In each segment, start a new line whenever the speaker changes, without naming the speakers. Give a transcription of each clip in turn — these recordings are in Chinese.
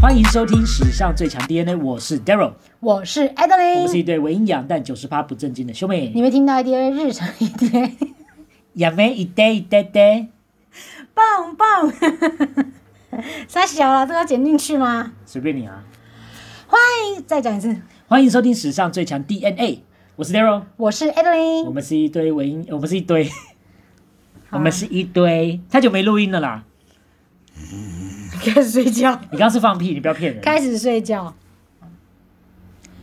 欢迎收听史上最强 DNA，我是 Daryl，
我是
我们是一
Adeline，
对伪营养但九十八不正经的兄
你
妹。
会听到 ADA 日常 ADA，
亚妹一呆一呆呆，
棒 棒，傻小了，这个要剪进去吗？
随便你啊！
欢迎，再讲一次，
欢迎收听史上最强 DNA，我是 Daryl，
我是
我
Adeline，
们是一堆伪营，我们是一堆，我们是一堆，太久没录音了啦！
开始睡觉，
你刚刚是放屁，你不要骗人。
开始睡觉，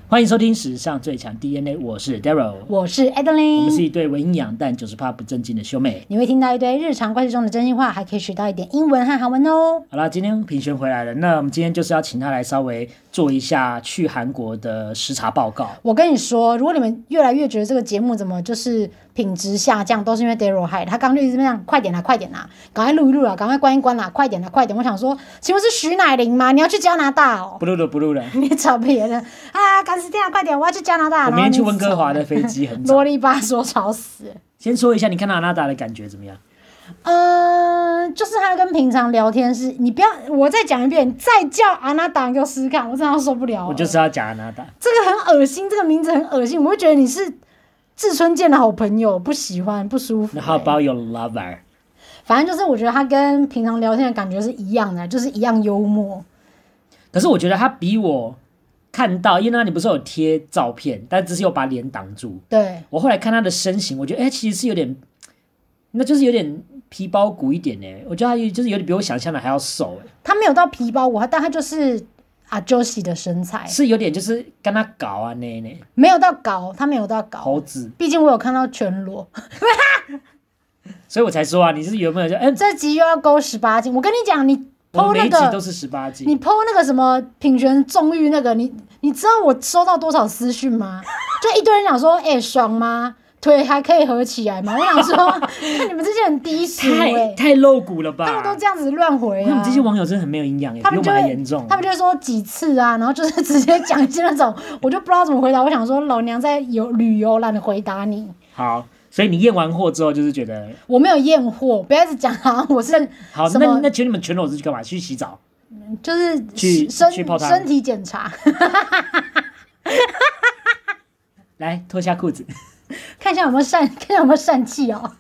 欢迎收听史上最强 DNA，我是 Daryl，
我是
我们是
Adeline。
一对伪营养但九十八不正经的兄妹。
你会听到一堆日常关系中的真心话，还可以学到一点英文和韩文哦。
好啦，今天评选回来了，那我们今天就是要请他来稍微做一下去韩国的时查报告。
我跟你说，如果你们越来越觉得这个节目怎么就是品质下降，都是因为 Daryl 害的。他刚就一直这样，快点啦，快点啦，赶快录一录啦，赶快关一关啦，快点啦，快点！我想说，请问是徐乃麟吗？你要去加拿大哦？
不录了，不录了。
你找别人啊，赶时间啊，快点，我要去加拿大。
我
然后
明天去
你
温哥华
走
的飞机很早。
啰里吧嗦，吵死。
先说一下，你看到阿纳达的感觉怎么样？
嗯，就是他跟平常聊天是，你不要，我再讲一遍，你再叫阿娜达给我试试看，我真的要受不了了。
我就是要讲阿纳达。
这个很恶心，这个名字很恶心，我会觉得你是志村健的好朋友，不喜欢，不舒服、
那 How
欸
about your lover？
反正就是我觉得他跟平常聊天的感觉是一样的，就是一样幽默。
可是我觉得他比我看到，因为那你不是有贴照片，但只是有把脸挡住。
对，
我后来看他的身形，我觉得哎、诶其实是有点，那就是有点皮包骨一点呢、我觉得他有就是有点比我想象的还要瘦、欸，
他没有到皮包骨，但他就是阿 Josie 的身材，
是有点就是跟他搞啊那那
没有到高，他没有到高。
猴子，
毕竟我有看到全裸，
所以我才说啊，你是有没有就哎、
这集又要勾十八禁。我跟你讲，你
我
剖
们每
那
一集都
个，
是十八
你
禁，
剖那个什么品璇纵欲那个，你你知道我收到多少私讯吗？ 就一堆人讲说，哎、爽吗？腿还可以合起来吗？我想说， 看你们这些人低俗哎、
太太露骨了吧？
他们都这样子乱回
那我
啊
们。这些网友真的很没有营养耶，
他
比
们
我
就
们还
会
严重。，
他们就会说几次啊，然后就是直接讲一些那种，我就不知道怎么回答。我想说，老娘在游旅游，懒得回答你。
好，所以你验完货之后就是觉得
我没有验货，不要一直讲啊，我是
好，
什
那
么
那请你们全裸是去干嘛？去洗澡？
就是
去
身
去泡汤
身体检查，
来脱下裤子，
看一下有没有疝，看一下有没有疝气哦。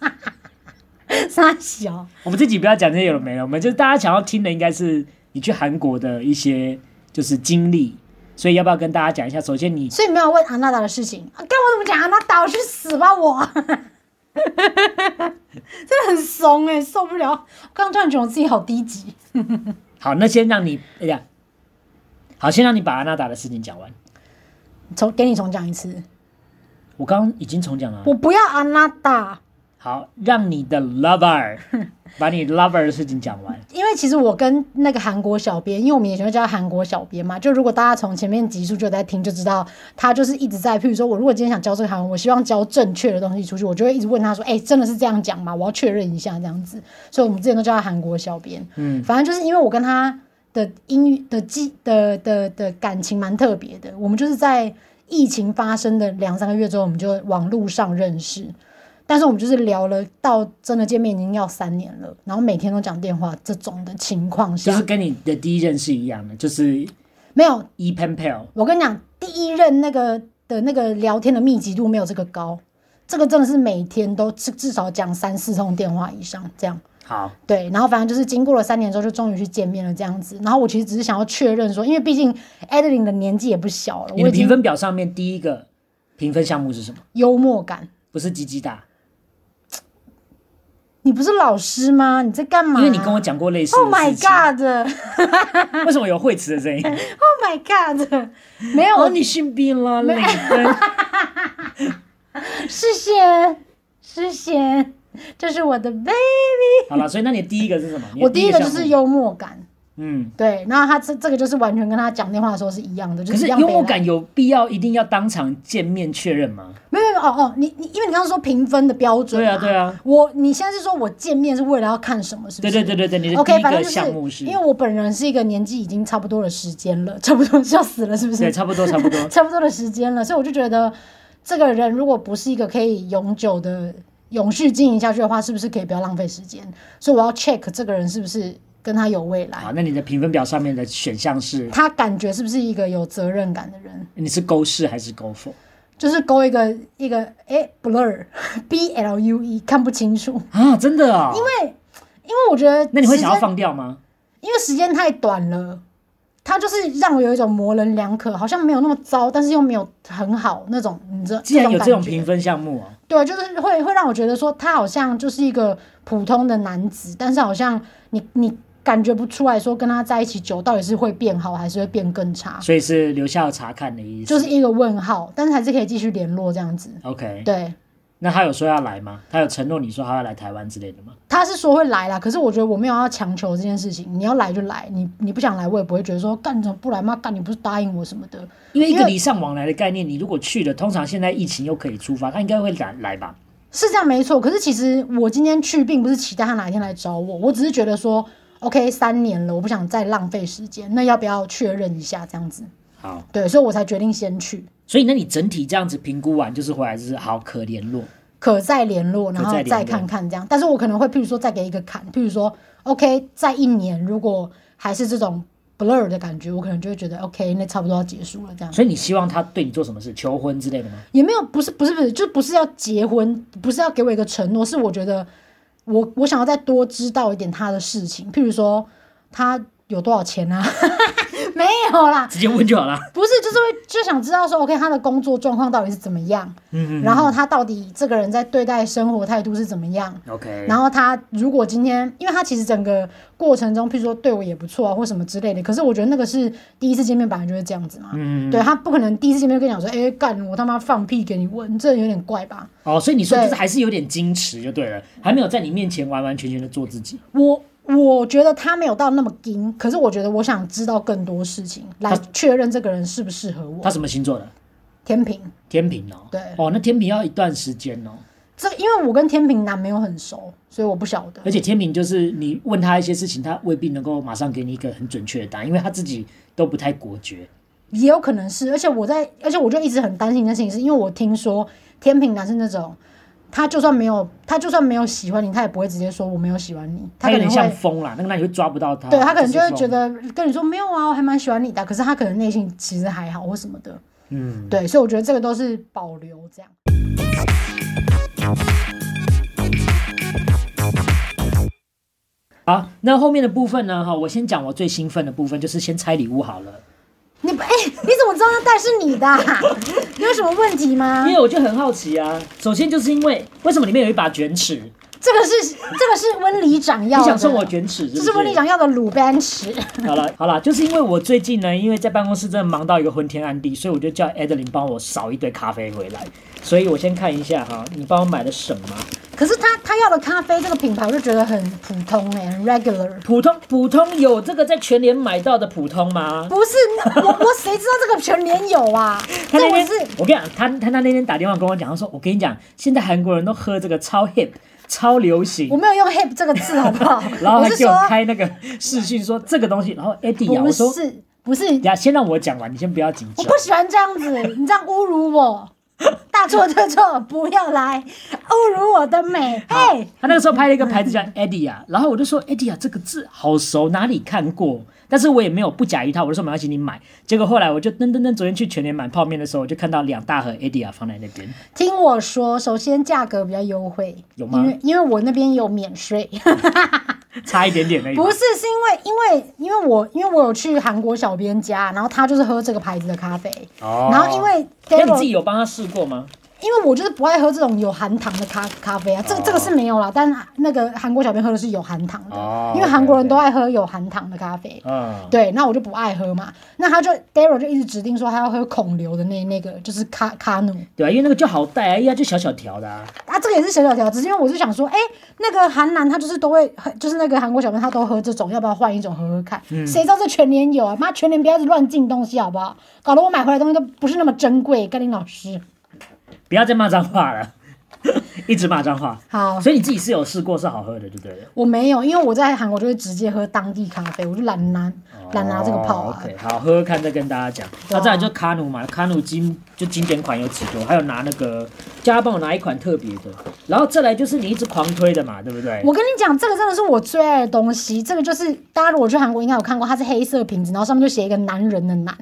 傻小，
我们自己不要讲这些有的没了，我们就是大家想要听的应该是你去韩国的一些就是经历，所以要不要跟大家讲一下？首先你
所以没有问安娜达的事情，啊、跟我怎么讲安娜达？我去死吧我！ 真的很怂哎、受不了。我刚刚突然觉得我自己好低级。
好，那先让你哎呀，好，先让你把阿娜达的事情讲完。
重给你重讲一次，
我刚刚已经重讲了
我，不要安娜达，
好，让你的 lover 把你 lover 的事情讲完。
因为其实我跟那个韩国小编，因为我们以前会叫他韩国小编嘛，就如果大家从前面集数就有在听，就知道他就是一直在，譬如说我如果今天想教这个韩文，我希望教正确的东西出去，我就会一直问他说，哎、真的是这样讲吗？我要确认一下这样子，所以我们之前都叫他韩国小编。
嗯，
反正就是因为我跟他的英语的基的的的感情蛮特别的，我们就是在疫情发生的两三个月之后，我们就网路上认识，但是我们就是聊了到真的见面已经要三年了，然后每天都讲电话这种的情况
就
下，
是跟你的第一任是一样的，就是
没有。
e pen pal。
我跟你讲，第一任那个的那个聊天的密集度没有这个高，这个真的是每天都至至少讲三四通电话以上这样。
好，
对，然后反正就是经过了三年之后，就终于去见面了这样子。然后我其实只是想要确认说，因为毕竟 Adeline 的年纪也不小了，
你
我
的
已
评
经
分表上面第一个评分项目是什么？
幽默感。
不是鸡鸡大，
你不是老师吗？你在干嘛？
因为你跟我讲过类似的
Oh my
事情。
God！Oh
为什么有惠慈的声 音？
my God！没 有，
哦，你性病了，零分。
谢谢，谢谢，这是我的 baby。
好了，所以那你的第一个是什么？你的
我第一个
个
就
项
是
目，
幽默感，
嗯，
对。然后他这这个就是完全跟他讲电话的时候是一样的，就
可是
一样
幽
北
默
兰
感有必要一定要当场见面确认吗？
没有没有没有哦哦，你你因为你刚刚说评分的标准、
对啊对啊。
我你现在是说我见面是为了要看什么？是不
对
是？
对对对对，你的第
OK，
一
反正
个
就
项目
是因为我本人是一个年纪已经差不多的时间了，差不多就要死了，是不
对，
是？。
差不多差不多
差不多的时间了，所以我就觉得这个人如果不是一个可以永久的永续经营下去的话，是不是可以不要浪费时间？所以我要 check 这个人是不是跟他有未来
好，，那你的评分表上面的选项是
他感觉是不是一个有责任感的人？
你是勾是还是勾否
就是勾一个一个哎 blur b l u e 看不清楚，
啊？真的啊、哦？因为
因为我觉得
那你会
时
想要
间
放掉吗？
因为时间太短了，它就是让我有一种模棱两可，好像没有那么糟，但是又没有很好那种，你知道？
既然有这种
感觉
评分项目哦，
对，就是会会让我觉得说他好像就是一个普通的男子，但是好像你你感觉不出来说跟他在一起久到底是会变好还是会变更差，
所以是留下查看的意思。
就是一个问号，但是还是可以继续联络这样子。
OK，
对，
那他有说要来吗？他有承诺你说他要来台湾之类的吗？
他是说会来啦，可是我觉得我没有要强求这件事情，你要来就来，你你不想来我也不会觉得说干怎么不来嘛，干你不是答应我什么的，
因为一
因
个
为
礼尚往来的概念，你如果去了，通常现在疫情又可以出发，他应该会来来吧？
是这样没错。可是其实我今天去并不是期待他哪一天来找我，我只是觉得说，OK，三年了，我不想再浪费时间，那要不要确认一下这样子？
好，
对，所以我才决定先去，
所以那你整体这样子评估完，就是回来就是好可联络。
可再联络，然
可再
后
联络
再看看这样。但是我可能会，譬如说再给一个坎，譬如说 OK，在一年如果还是这种 blur 的感觉，我可能就会觉得 OK，那差不多要结束了这样。
所以你希望他对你做什么事？求婚之类的吗？
也没有，不是不是不是，就不是要结婚，不是要给我一个承诺，是我觉得我我想要再多知道一点他的事情，譬如说他有多少钱啊，没有啦，
直接问就好啦。
不是，就是会就想知道说，OK，他的工作状况到底是怎么样，
嗯
然后他到底这个人在对待生活态度是怎么样。
嗯。OK。
然后他如果今天，因为他其实整个过程中，譬如说对我也不错啊，或什么之类的。可是我觉得那个是第一次见面，本来就是这样子嘛。
嗯。
对他不可能第一次见面就跟你讲说，哎、干我他妈放屁给你闻，这有点怪吧？
哦，所以你说就是
对
还是有点矜持就对了，还没有在你面前完完全全的做自己。
我我觉得他没有到那么硬，可是我觉得我想知道更多事情，来
他
确认这个人适不适合我
他。什么星座的？
天平，
天平哦。
对
哦，那天平要一段时间哦，
这因为我跟天平男没有很熟，所以我不晓得
而。且天平就是你问他一些事情，他未必能够马上给你一个很准确的答案，因为他自己都不太果决。
也有可能是，而且我在，而且我就一直很担心一件事情，是因为我听说天平男是那种，他就算没有，他就算没有喜欢你，他也不会直接说我没有喜欢你，
他
可
有
能
点
会
像，风啦，那个那你会抓不到他。
对他可能就会
是
觉
风，
得跟你说没有啊，我还蛮喜欢你的，可是他可能内心其实还好或什么的，
嗯，
对，所以我觉得这个都是保留这样。
好，那后面的部分呢？哈，我先讲我最兴奋的部分，就是先拆礼物好了，
你哎、你怎么知道那袋是你 的、啊？你有什么问题吗
因？为我就很好奇啊。首先就是因为为什么里面有一把卷尺？你
这个是这个是温里长要的，
想送我卷尺是不
这
是？
是温里长要的鲁班尺。
好了好了，就是因为我最近呢，因为在办公室真的忙到一个昏天暗地，所以我就叫 Adeline 帮我扫一堆咖啡回来。所以我先看一下哈，你帮我买了什么？
可是他他要的咖啡这个品牌，我就觉得很普通哎、很 regular。
普通普通有这个在全联买到的普通吗？
不是我我谁知道这个全联有啊？
他
这
那
我
天
是，
我跟你讲，他他他那天打电话跟我讲，他说我跟你讲，现在韩国人都喝这个超 hip、超流行？
我，没有用 hip 这个字好不好
然后
我
还
是
给我
说
开那个视讯说这个东西，然后 Eddie 啊呀，我
不
说
是不是，
呀，先让我讲完，你先不要紧
我
张
不。喜欢这样子，你这样侮 辱我，大错特错，不要来侮辱我的美。哎，
他那个时候拍了一个牌子叫 Eddie 呀，然后我就说 Eddie 呀这个字好熟，哪里看过？但是我也没有不假于他，我就说没关系，你买。结果后来我就噔噔噔，昨天去全联买泡面的时候，我就看到两大盒 Eddie 呀放在那边。
听我说，首先价格比较优惠，
有吗
因为因为我那边有免税。
差一点点而已吧。
不是，是因为因为因为我因为我有去韩国小编家，然后他就是喝这个牌子的咖啡，
哦
然后因为
那你
Daryl-
自己有帮他试过吗？
因为我就是不爱喝这种有含糖的咖咖啡啊，这个这个是没有啦，但那个韩国小编喝的是有含糖的，
哦
因为韩国人
OK，OK
都爱喝有含糖的咖啡。
嗯，
对，那我就不爱喝嘛。那他就 Daryl 就一直指定说他要喝孔刘的那那个，就是卡卡努
对啊，因为那个就好带啊，一呀就小小条的啊。
啊，这个也是小小条，只是因为我就想说，哎、那个韩男他就是都会喝，就是那个韩国小编他都喝这种，要不要换一种喝喝看？
嗯
谁知道这全年有啊？妈，全年不要一直乱进东西好不好？搞得我买回来的东西都不是那么珍贵，甘霖老师。
不要再骂脏话了。 一直骂脏话。
好，
所以你自己是有试过是好喝的，对不对？
我没有，因为我在韩国就会直接喝当地咖啡，我就懒拿懒拿这个泡
哦
啊。
OK，好，喝喝看再跟大家讲。那、
对啊
再来就卡努嘛，卡努经就经典款有几多，还有拿那个，叫他帮我拿一款特别的，然后再来就是你一直狂推的嘛，对不对？
我跟你讲，这个真的是我最爱的东西。这个就是大家如果去韩国应该有看过，它是黑色瓶子，然后上面就写一个男人的男。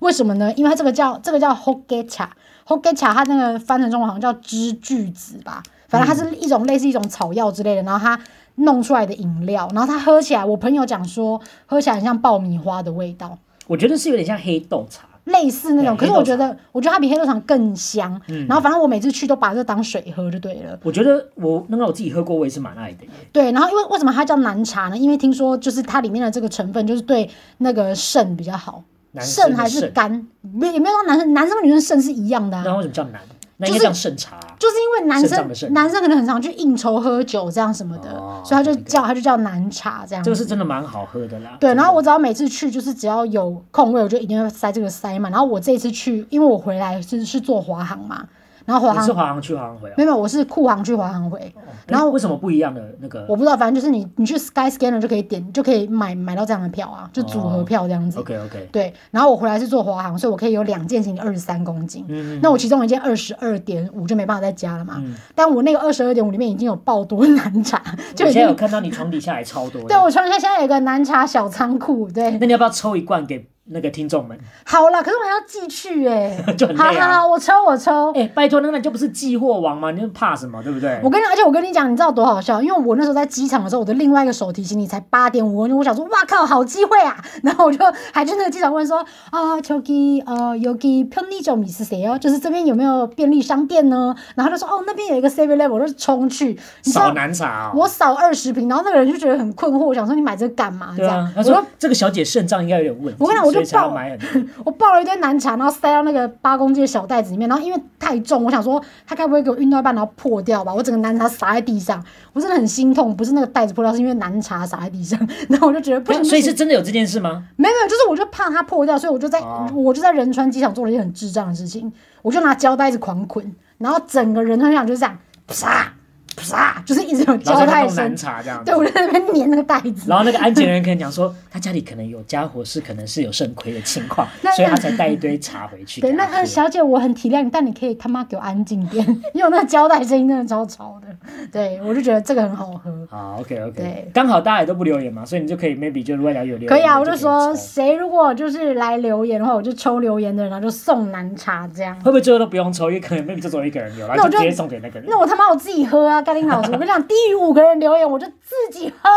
为什么呢？因为它这个叫这个叫 hogecha hogecha，它那个翻成中文好像叫芝巨子吧，反正它是一种类似一种草药之类的，然后它弄出来的饮料，然后它喝起来，我朋友讲说喝起来很像爆米花的味道。
我觉得是有点像黑豆茶。
类似那种，
对
可是
黑豆嗯
我觉得，我觉得它比黑豆糖更香。然后反正我每次去都把这当水喝就对了。
我觉得我那个我自己喝过，我也是蛮爱的耶。
对，然后因为为什么它叫南茶呢？因为听说就是它里面的这个成分就是对那个肾比较好，
男生
肾
的
还是
肾，
肝，没有也没有说男生男生跟女生肾是一样的、
那
啊。
为什么叫男？那
就
应该叫
是
肾茶啊、
就是因为男
肾脏的
生
肾
男生可能很常去应酬喝酒这样什么的，
哦
所以他就
这个
叫他就叫南茶这样
这
子。
个是真的蛮好喝的啦。
对，然后
我
我只要每次去，就是只要有空位，我就一定会塞这个塞满。然后我这一次去，因为我回来是是坐华航嘛，然后华
你
航
是哦华航去华航回啊
没，有，没有，我是库航去华航回，然
然
后
后为什么不一样的那个
我不知道，反正就是你你去 Sky Scanner 就可以点，就可以买买到这样的票啊，就组合票这样子。
哦？OK OK，
对，然后我回来是坐华航，所以我可以有两件行李二十三公
嗯
斤。那我其中一件二十二点五就没办法再加了嘛。但我那个二十二点五里面已经有爆多南茶，就
嗯我
已
现在有
经
看到你床底下还超多的。
对我床下现在有个南茶小仓库。对，
那你要不要抽一罐给那个听众们？
好啦，可是我还要寄去哎、
就很累
好
啊
好好，我抽我抽。
哎、拜托，那个你就不是寄货王吗？你就怕什么，对不对？
我跟你，而且我跟你讲，你知道多好笑？因为我那时候在机场的时候，我的另外一个手提行李才八点五公斤，我想说，哇靠，好机会啊！然后我就还去那个机场问说，啊，저기呃，여기편의점있으세요？就是这边有没有便利商店呢？然后他就说，哦，那边有一个 Seven Eleven，我就冲去，你知
少
道。
难查哦。
我扫二十瓶，然后那个人就觉得很困惑，我想说你买这个干嘛？这
对
样
啊，，他
我说
说这个小姐肾脏应该有点问题，
我跟你讲我就
所以才要
爆
买很多。
我抱了一堆南茶，然后塞到那个八公斤的小袋子里面，然后因为太重，我想说它该不会给我运到一半然后破掉吧？我整个南茶洒在地上，我真的很心痛，不是那个袋子破掉，是因为南茶洒在地上，然后我就觉得不行，
所以
不行
是真的有这件事吗？
没有没有，就是我就怕它破掉，所以我就在、
哦
我就在仁川机场做了一件很智障的事情，我就拿胶带一直狂捆，然后整个仁川机场就是这样啪啪，就是一直有
然后
胶
在
带
弄难
声，
查这样子
对，。我就在那边粘那个袋子。
然后那个安检人可能讲说，他家里可能有家伙事，可能是有肾亏的情况
那，
所以他才带一堆茶回去给
对，那
他喝。
呃，小姐，我很体谅你，但你可以他妈给我安静点， 因为我那个胶带声音真的超吵的。 对，我就觉得这个很好喝。
好，OK
对
OK，刚啊好大家也都不留言嘛，所以你就可以 maybe 就如果要有留言，
可以啊，我
你就
就
可以
说
抽
谁如果就是来留言的话，我就抽留言的人，然后就送南茶这样。
会不会最后都不用抽，因为可能 maybe 就只有一个人有，然
那
后
我
就
就
直接送给那个人。
那我他妈我自己喝啊，甘霖老师，我跟你讲，低于五个人留言我就自己喝。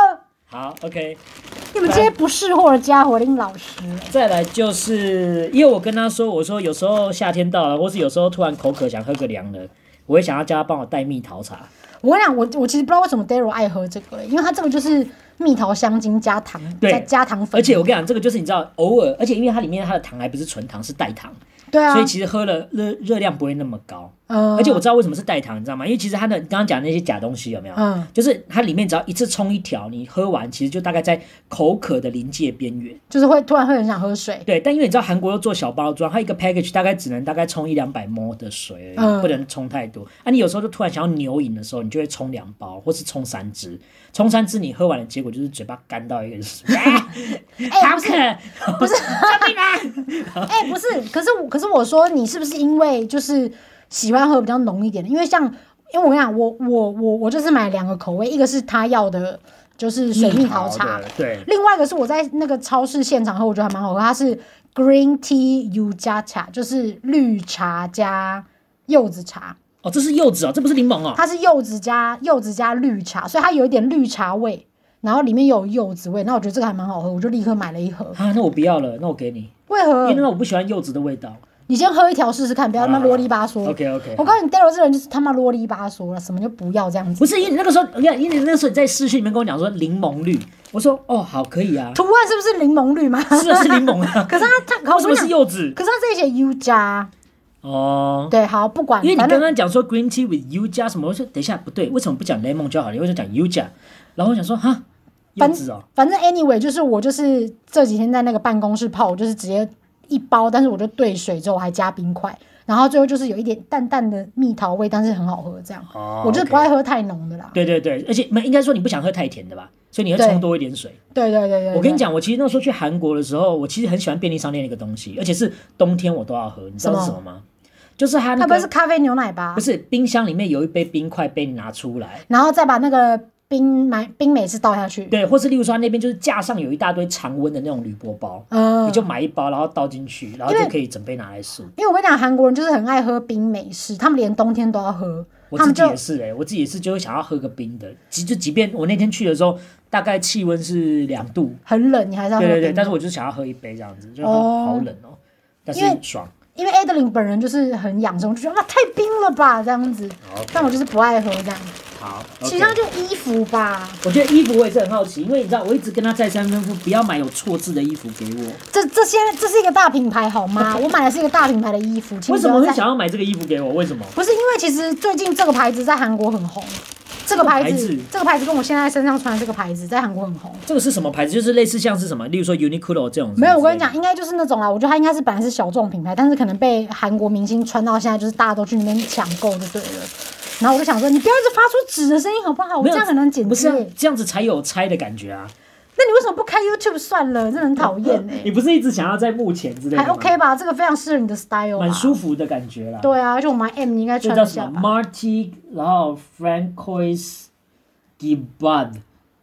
好，OK，
你们这些不识货的家伙，林老师，
再来就是因为我跟他说，我说有时候夏天到了，或是有时候突然口渴想喝个凉的，我会想要叫他帮我带蜜桃茶。
我跟你讲，我我其实不知道为什么 Daryl 爱喝这个、因为他这个就是蜜桃香精加糖，
对
加加糖粉，
而且我跟你讲，这个就是你知道，偶尔，而且因为它里面它的糖还不是纯糖，是代糖，
对啊
所以，其实喝了热热量不会那么高。
嗯
而且我知道为什么是代糖，你知道吗？因为其实它的刚刚讲的那些假东西有没有？
嗯
就是它里面只要一次冲一条，你喝完其实就大概在口渴的临界边缘。
就是会突然会很想喝水。
对，但因为你知道韩国又做小包装，它一个 package 大概只能大概冲一两百 ml 的水而已，
嗯
不能冲太多。啊，你有时候就突然想要牛饮的时候，你就会冲两包，或是冲三支。冲三支你喝完的结果就是嘴巴干到一个死，啊好渴，
哎不是，哎、不是，可是我，可是我说你是不是因为就是喜欢喝比较浓一点的？因为像，因为我跟你讲，我我我我这次买两个口味，一个是他要的，就是水蜜桃茶，
的对。
另外一个是我在那个超市现场喝，我觉得还蛮好喝，它是 green tea u 加茶，就是绿茶加柚子茶，
哦，这是柚子哦，这不是柠檬哦。
它是柚子加柚子加绿茶，所以它有一点绿茶味。然后里面有柚子味，那我觉得这个还蛮好喝，我就立刻买了一盒。
啊，那我不要了，那我给你，
为何？
因为我不喜欢柚子的味道。
你先喝一条试试看，不嗯啊要那么
好
啰里吧嗦。
OK OK，
我告诉你，Daryl 这人就是他妈啰里吧嗦了，什么就不要这样子。
不是因为你那个时候，我跟你讲，因为你那时候你在视讯里面跟我讲说柠檬绿，我说哦好可以 啊，
图案是不是柠檬绿嘛？
是啊是柠檬啊，
可是他
为
他我
什
跟你
么是
讲，
柚子？
可是他这里写 U 加，
哦，
对，好不管，
因为你
反
刚
正
刚讲说 green tea with you 加什么，我说等一下不对，为什么不讲 lemon 就好了？为什么讲 you 加？然后我想说哈，柚
反
子哦，
反正 anyway 就是我就是这几天在那个办公室泡，我就是直接一包，但是我就兑水之后我还加冰块，然后最后就是有一点淡淡的蜜桃味，但是很好喝这样。
哦
我就是不
OK
爱喝太浓的啦。
对对对，而且没应该说你不想喝太甜的吧，所以你会
对
冲多一点水。
对对对对对
我跟你，讲，我其实那时候去韩国的时候，我其实很喜欢便利商店的一个东西，而且是冬天我都要喝，你知道是
什
什
么
么吗？就是它那
它不
个
会是咖啡牛奶吧
不？是冰箱里面有一杯冰块被你拿出来，
然后再把那个冰买冰美式倒下去。
对，或是例如说它那边就是架上有一大堆常温的那种铝箔包，
嗯
你，就买一包，然后倒进去，然后
因为
就可以准备拿来煮。
因为我跟你讲，韩国人就是很爱喝冰美式，他们连冬天都要喝。
我
他
自
们
己
就
也是哎、我自己也是就会想要喝个冰的，即就即便我那天去的时候大概气温是两度，
很冷，你还是要喝
对
冰的。
对对，但是我就想要喝一杯这样子，就喝
哦
好冷哦、但是
因为
爽。
因为 Adeline 本人就是很养生，我就觉得啊太冰了吧这样子，
OK
但我就是不爱喝这样。
好，
其
OK
他就衣服吧，
我觉得衣服我也是很好奇，因为你知道，我一直跟他再三吩咐不要买有错字的衣服给我。
这这些这是一个大品牌好吗？我买的是一个大品牌的衣服，请
为
不
什
要
么会
再
想要买这个衣服给我？为什么？
不是因为其实最近这个牌子在韩国很红，这个牌
这个牌
子
子
这个牌子跟我现在身上穿的这个牌子在韩国很红。
这个是什么牌子？就是类似像是什么，例如说 Uniqlo 这种。
没有，我跟你讲，，应该就是那种啦。啊我觉得它应该是本来是小众品牌，但是可能被韩国明星穿到现在，就是大家都去那边抢购就对了。然后我就想说，你不要一直发出纸的声音好不好？我
没
这
有
样很难剪
不是
接。
啊这样子才有拆的感觉啊！
那你为什么不开 YouTube 算了？真的很讨厌 哎
你。不是一直想要在幕前之类的
还
吗
OK 吧？这个非常适合你的 style，吧
蛮舒服的感觉啦。，
对啊，而且我们 M 你应该
这
穿
叫
得
什
下
么
吧？
？Marty，然后 Francois Gibad。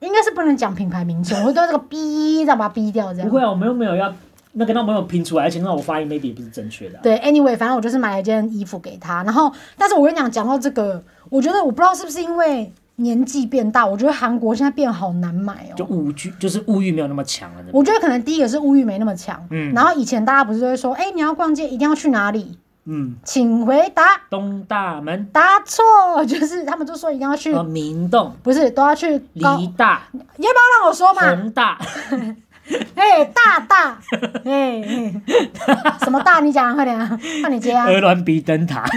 应该是不能讲品牌名称，我会对这个 B 这样把它逼掉这样。
不会啊，我们又没有要那个，那我们有拼出来，而且那我发音 maybe 也不是正确的啊。
对，anyway，反正我就是买了一件衣服给他。然后，但是我跟你讲，讲到这个，我觉得我不知道是不是因为年纪变大，我觉得韩国现在变好难买
就
哦。
物欲，就是物欲没有那么强了。
我觉得可能第一个是物欲没那么强，嗯，然后以前大家不是都会说，哎、你要逛街一定要去哪里？
嗯，
请回答，
东大门
答错， 就是他们就说一定要去，
啊，明洞、
不是都要去
梨
高，
大、
你要不要让我说嘛？
宏大，
哎、大 大，哎、哎什么大？你讲啊快点啊，换你接啊！
鹅銮鼻灯塔。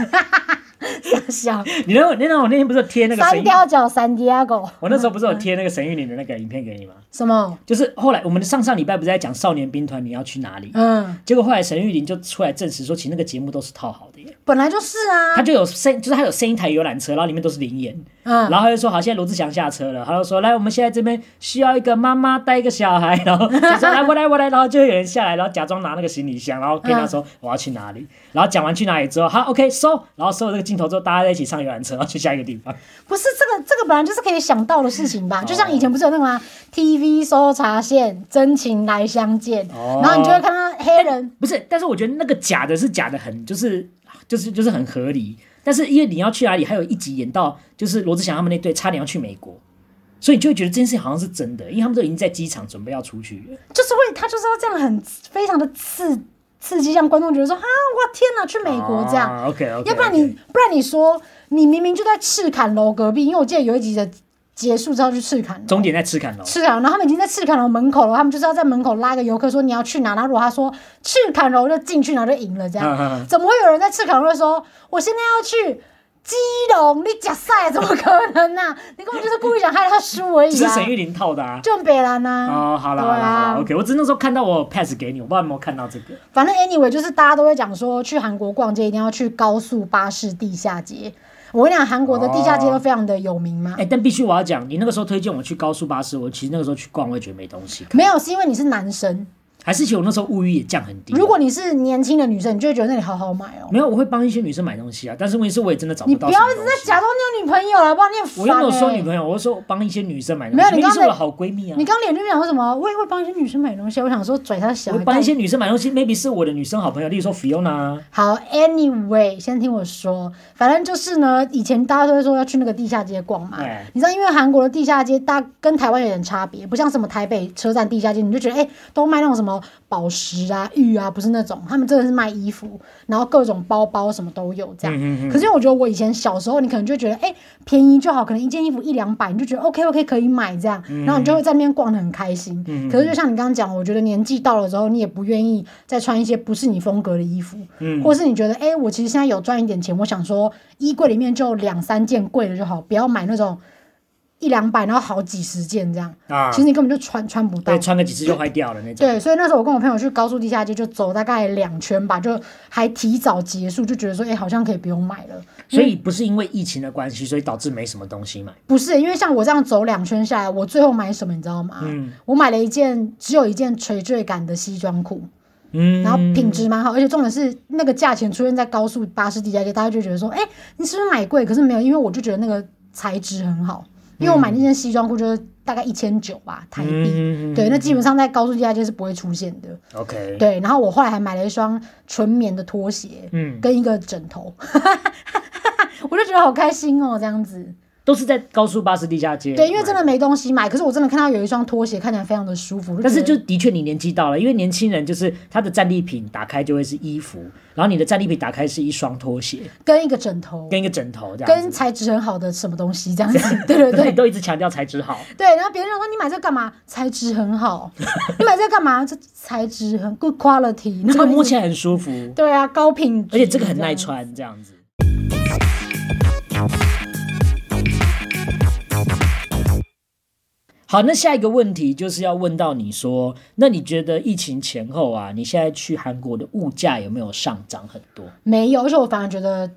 小
你那我那那我那天不是有贴呃那个神
三
韵，
雕角三 Diego
我那时候不是有
嗯
贴那个神韵里的那个影片给你吗？
什么？
就是后来我们上上礼拜不是在讲少年兵团你要去哪里？
嗯，
结果后来沈玉琳就出来证实说，其实那个节目都是套好的耶，
本来就是啊
他，就有升，就是他有升一台游览车，然后里面都是灵演，
嗯，
然后他就说好，现在罗志祥下车了，他就说来，我们现在这边需要一个妈妈带一个小孩，然后就说来我来我来，然后就有人下来，然后假装拿那个行李箱，然后跟他说我要去哪里，然后讲完去哪里之后，好 OK 收，然后收了这个镜头之后，大家在一起上游览车，然后去下一个地方。
不是这个，这个本来就是可以想到的事情吧？
哦
就像以前不是有那个吗？TV 搜查线，真情来相见，
哦
然后你就会看到黑人，
不是，但是我觉得那个假的是假的很，就是就是就是很合理。但是因为你要去哪里，还有一集演到就是罗志祥他们那队差点要去美国，所以你就会觉得这件事情好像是真的，因为他们都已经在机场准备要出去了。
就是会他就是要这样很非常的刺刺激，让观众觉得说啊，哇天哪，去美国哦这样。
o k 哦 OK，
要不然你，不然你说，你明明就在赤坎楼隔壁，因为我记得有一集的结束之后去赤坎楼，
终点在吃砍 龙，
赤坎楼，然后他们已经在赤坎楼门口了，他们就是要在门口拉个游客说你要去哪，然后如果他说赤坎楼就进去，然后就赢了这样，
嗯
怎么会有人在赤坎楼会说我现在要去基隆？你假赛怎么可能呢、 你根本就是故意想害他输而
只
已
是
啊
沈！玉琳套的啊。
就很北兰呐、啊。
哦，好了
对
好了
啊
好了，OK，我只是那时候看到我有 pass 给你，我不知道有没有看到这 个。
反正 anyway，就是大家都会讲说，去韩国逛街一定要去高速巴士地下街。我跟你讲，韩国的地下街都非常的有名嘛。
哎、但必须我要讲，你那个时候推荐我去高速巴士，我其实那个时候去逛，我也觉得没东西看，
没有，是因为你是男生。
还是其实我那时候物欲也降很低。
如果你是年轻的女生，你就会觉得那里好好买哦。
没有，我会帮一些女生买东西啊，但是问题是我也真的找
你
到
不
什么
要
东
一
西。
直在假装你有女朋友了，不然你很
我又没有说
烦、
女
欸。
朋友，我说我帮一些女生买东
没有
西，
你刚才
是我的好闺蜜啊
你。刚脸就讲说什么？我也会帮一些女生买东西，我想说拽她小
我会
孩干
帮
嘛。
一些女生买东西，maybe 是我的女生好朋友，例如说 Fiona 啊。
好，anyway，先听我说，反正就是呢，以前大家都会说要去那个地下街逛嘛
对。
你知道，因为韩国的地下街大跟台湾有点差别，不像什么台北车站地下街，你就觉得哎、都卖那种什么宝石啊、玉啊，不是那种，他们真的是卖衣服，然后各种包包什么都有这样。
嗯嗯嗯
可是因为我觉得我以前小时候，你可能就觉得哎、便宜就好，可能一件衣服一两百，你就觉得 OK OK 可以买这样，然后你就会在那边逛得很开心。
嗯嗯嗯
可是就像你刚刚讲，我觉得年纪到了之后，你也不愿意再穿一些不是你风格的衣服。
嗯，
或是你觉得，哎、我其实现在有赚一点钱，我想说衣柜里面就两三件贵的就好，不要买那种一两百，然后好几十件这样，
啊
其，实你根本就穿穿不到
对，。穿个几次就坏掉了那种。
对，所以那时候我跟我朋友去高速地下街，就走大概两圈吧，就还提早结束，就觉得说，哎、好像可以不用买了。
所以不是因为疫情的关系，所以导致没什么东西买。
不是，因为像我这样走两圈下来，我最后买什么，你知道吗？
嗯
我买了一件只有一件垂坠感的西装裤，
嗯，
然后品质蛮好，而且重点是那个价钱出现在高速巴士地下街，大家就觉得说，哎、你是不是买贵？可是没有，因为我就觉得那个材质很好，因为我买那件西装裤就是大概一千九吧台币，
嗯
对，那基本上在高速地下街是不会出现的，
OK，，
对。然后我后来还买了一双纯棉的拖鞋
嗯，
跟一个枕头， 我就觉得好开心哦，这样子。
都是在高速巴士地下街。
对，因为真的。没东西买，可是我真的看到有一双拖鞋看起来非常的舒服，
但是
觉
就
得
的确你年纪到了，因为年轻人就是他的战利品打开就会是衣服，然后你的战利品打开是一双拖鞋
跟一个枕头，
跟一个枕头这样
跟
子。
材质很好的什么东西这 样子，对对
对，
对
都一直强调材质好，
对，然后别人就说你买这干嘛？材质很好，你买这干嘛？这材质很 good quality，然
这个
后
摸
一直
起来很舒服，
对啊，高品质，
而且这个很耐
样。
穿，这样子。好，那下一个问题就是要问到你说，那你觉得疫情前后啊，你现在去韩国的物价有没有上涨很多？
没有，而且我反而觉得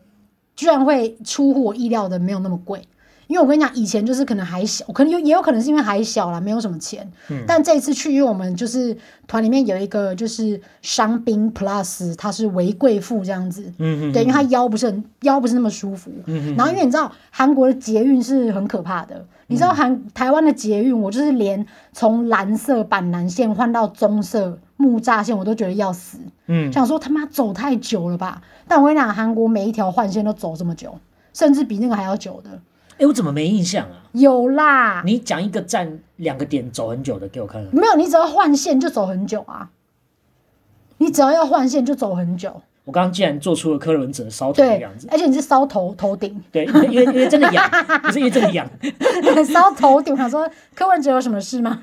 居然会出乎我意料的没有那么贵。因为我跟你讲，以前就是可能还小，我可能有也有可能是因为还小啦，没有什么钱。
嗯
但这一次去，因为我们就是团里面有一个就是伤兵 plus，他是为贵妇这样子，
嗯
对，因为他腰不是很腰不是那么舒服。然后因为你知道韩国的捷运是很可怕的，你知道韩台湾的捷运，我就是连从蓝色板南线换到棕色木栅线，我都觉得要死。
嗯，
想说他妈走太久了吧？但我跟你讲，韩国每一条换线都走这么久，甚至比那个还要久的
哎，我怎么没印象啊？
有啦。
你讲一个站两个点走很久的给我看看。
没有，你只要换线就走很久啊。你只要要换线就走很久，
我刚刚竟然做出了柯文哲烧头的
对
样子，，
而且你是烧头头顶，
对，因为因为因为真的痒，不是因为真的痒，
烧头顶。我想说，柯文哲有什么 事吗？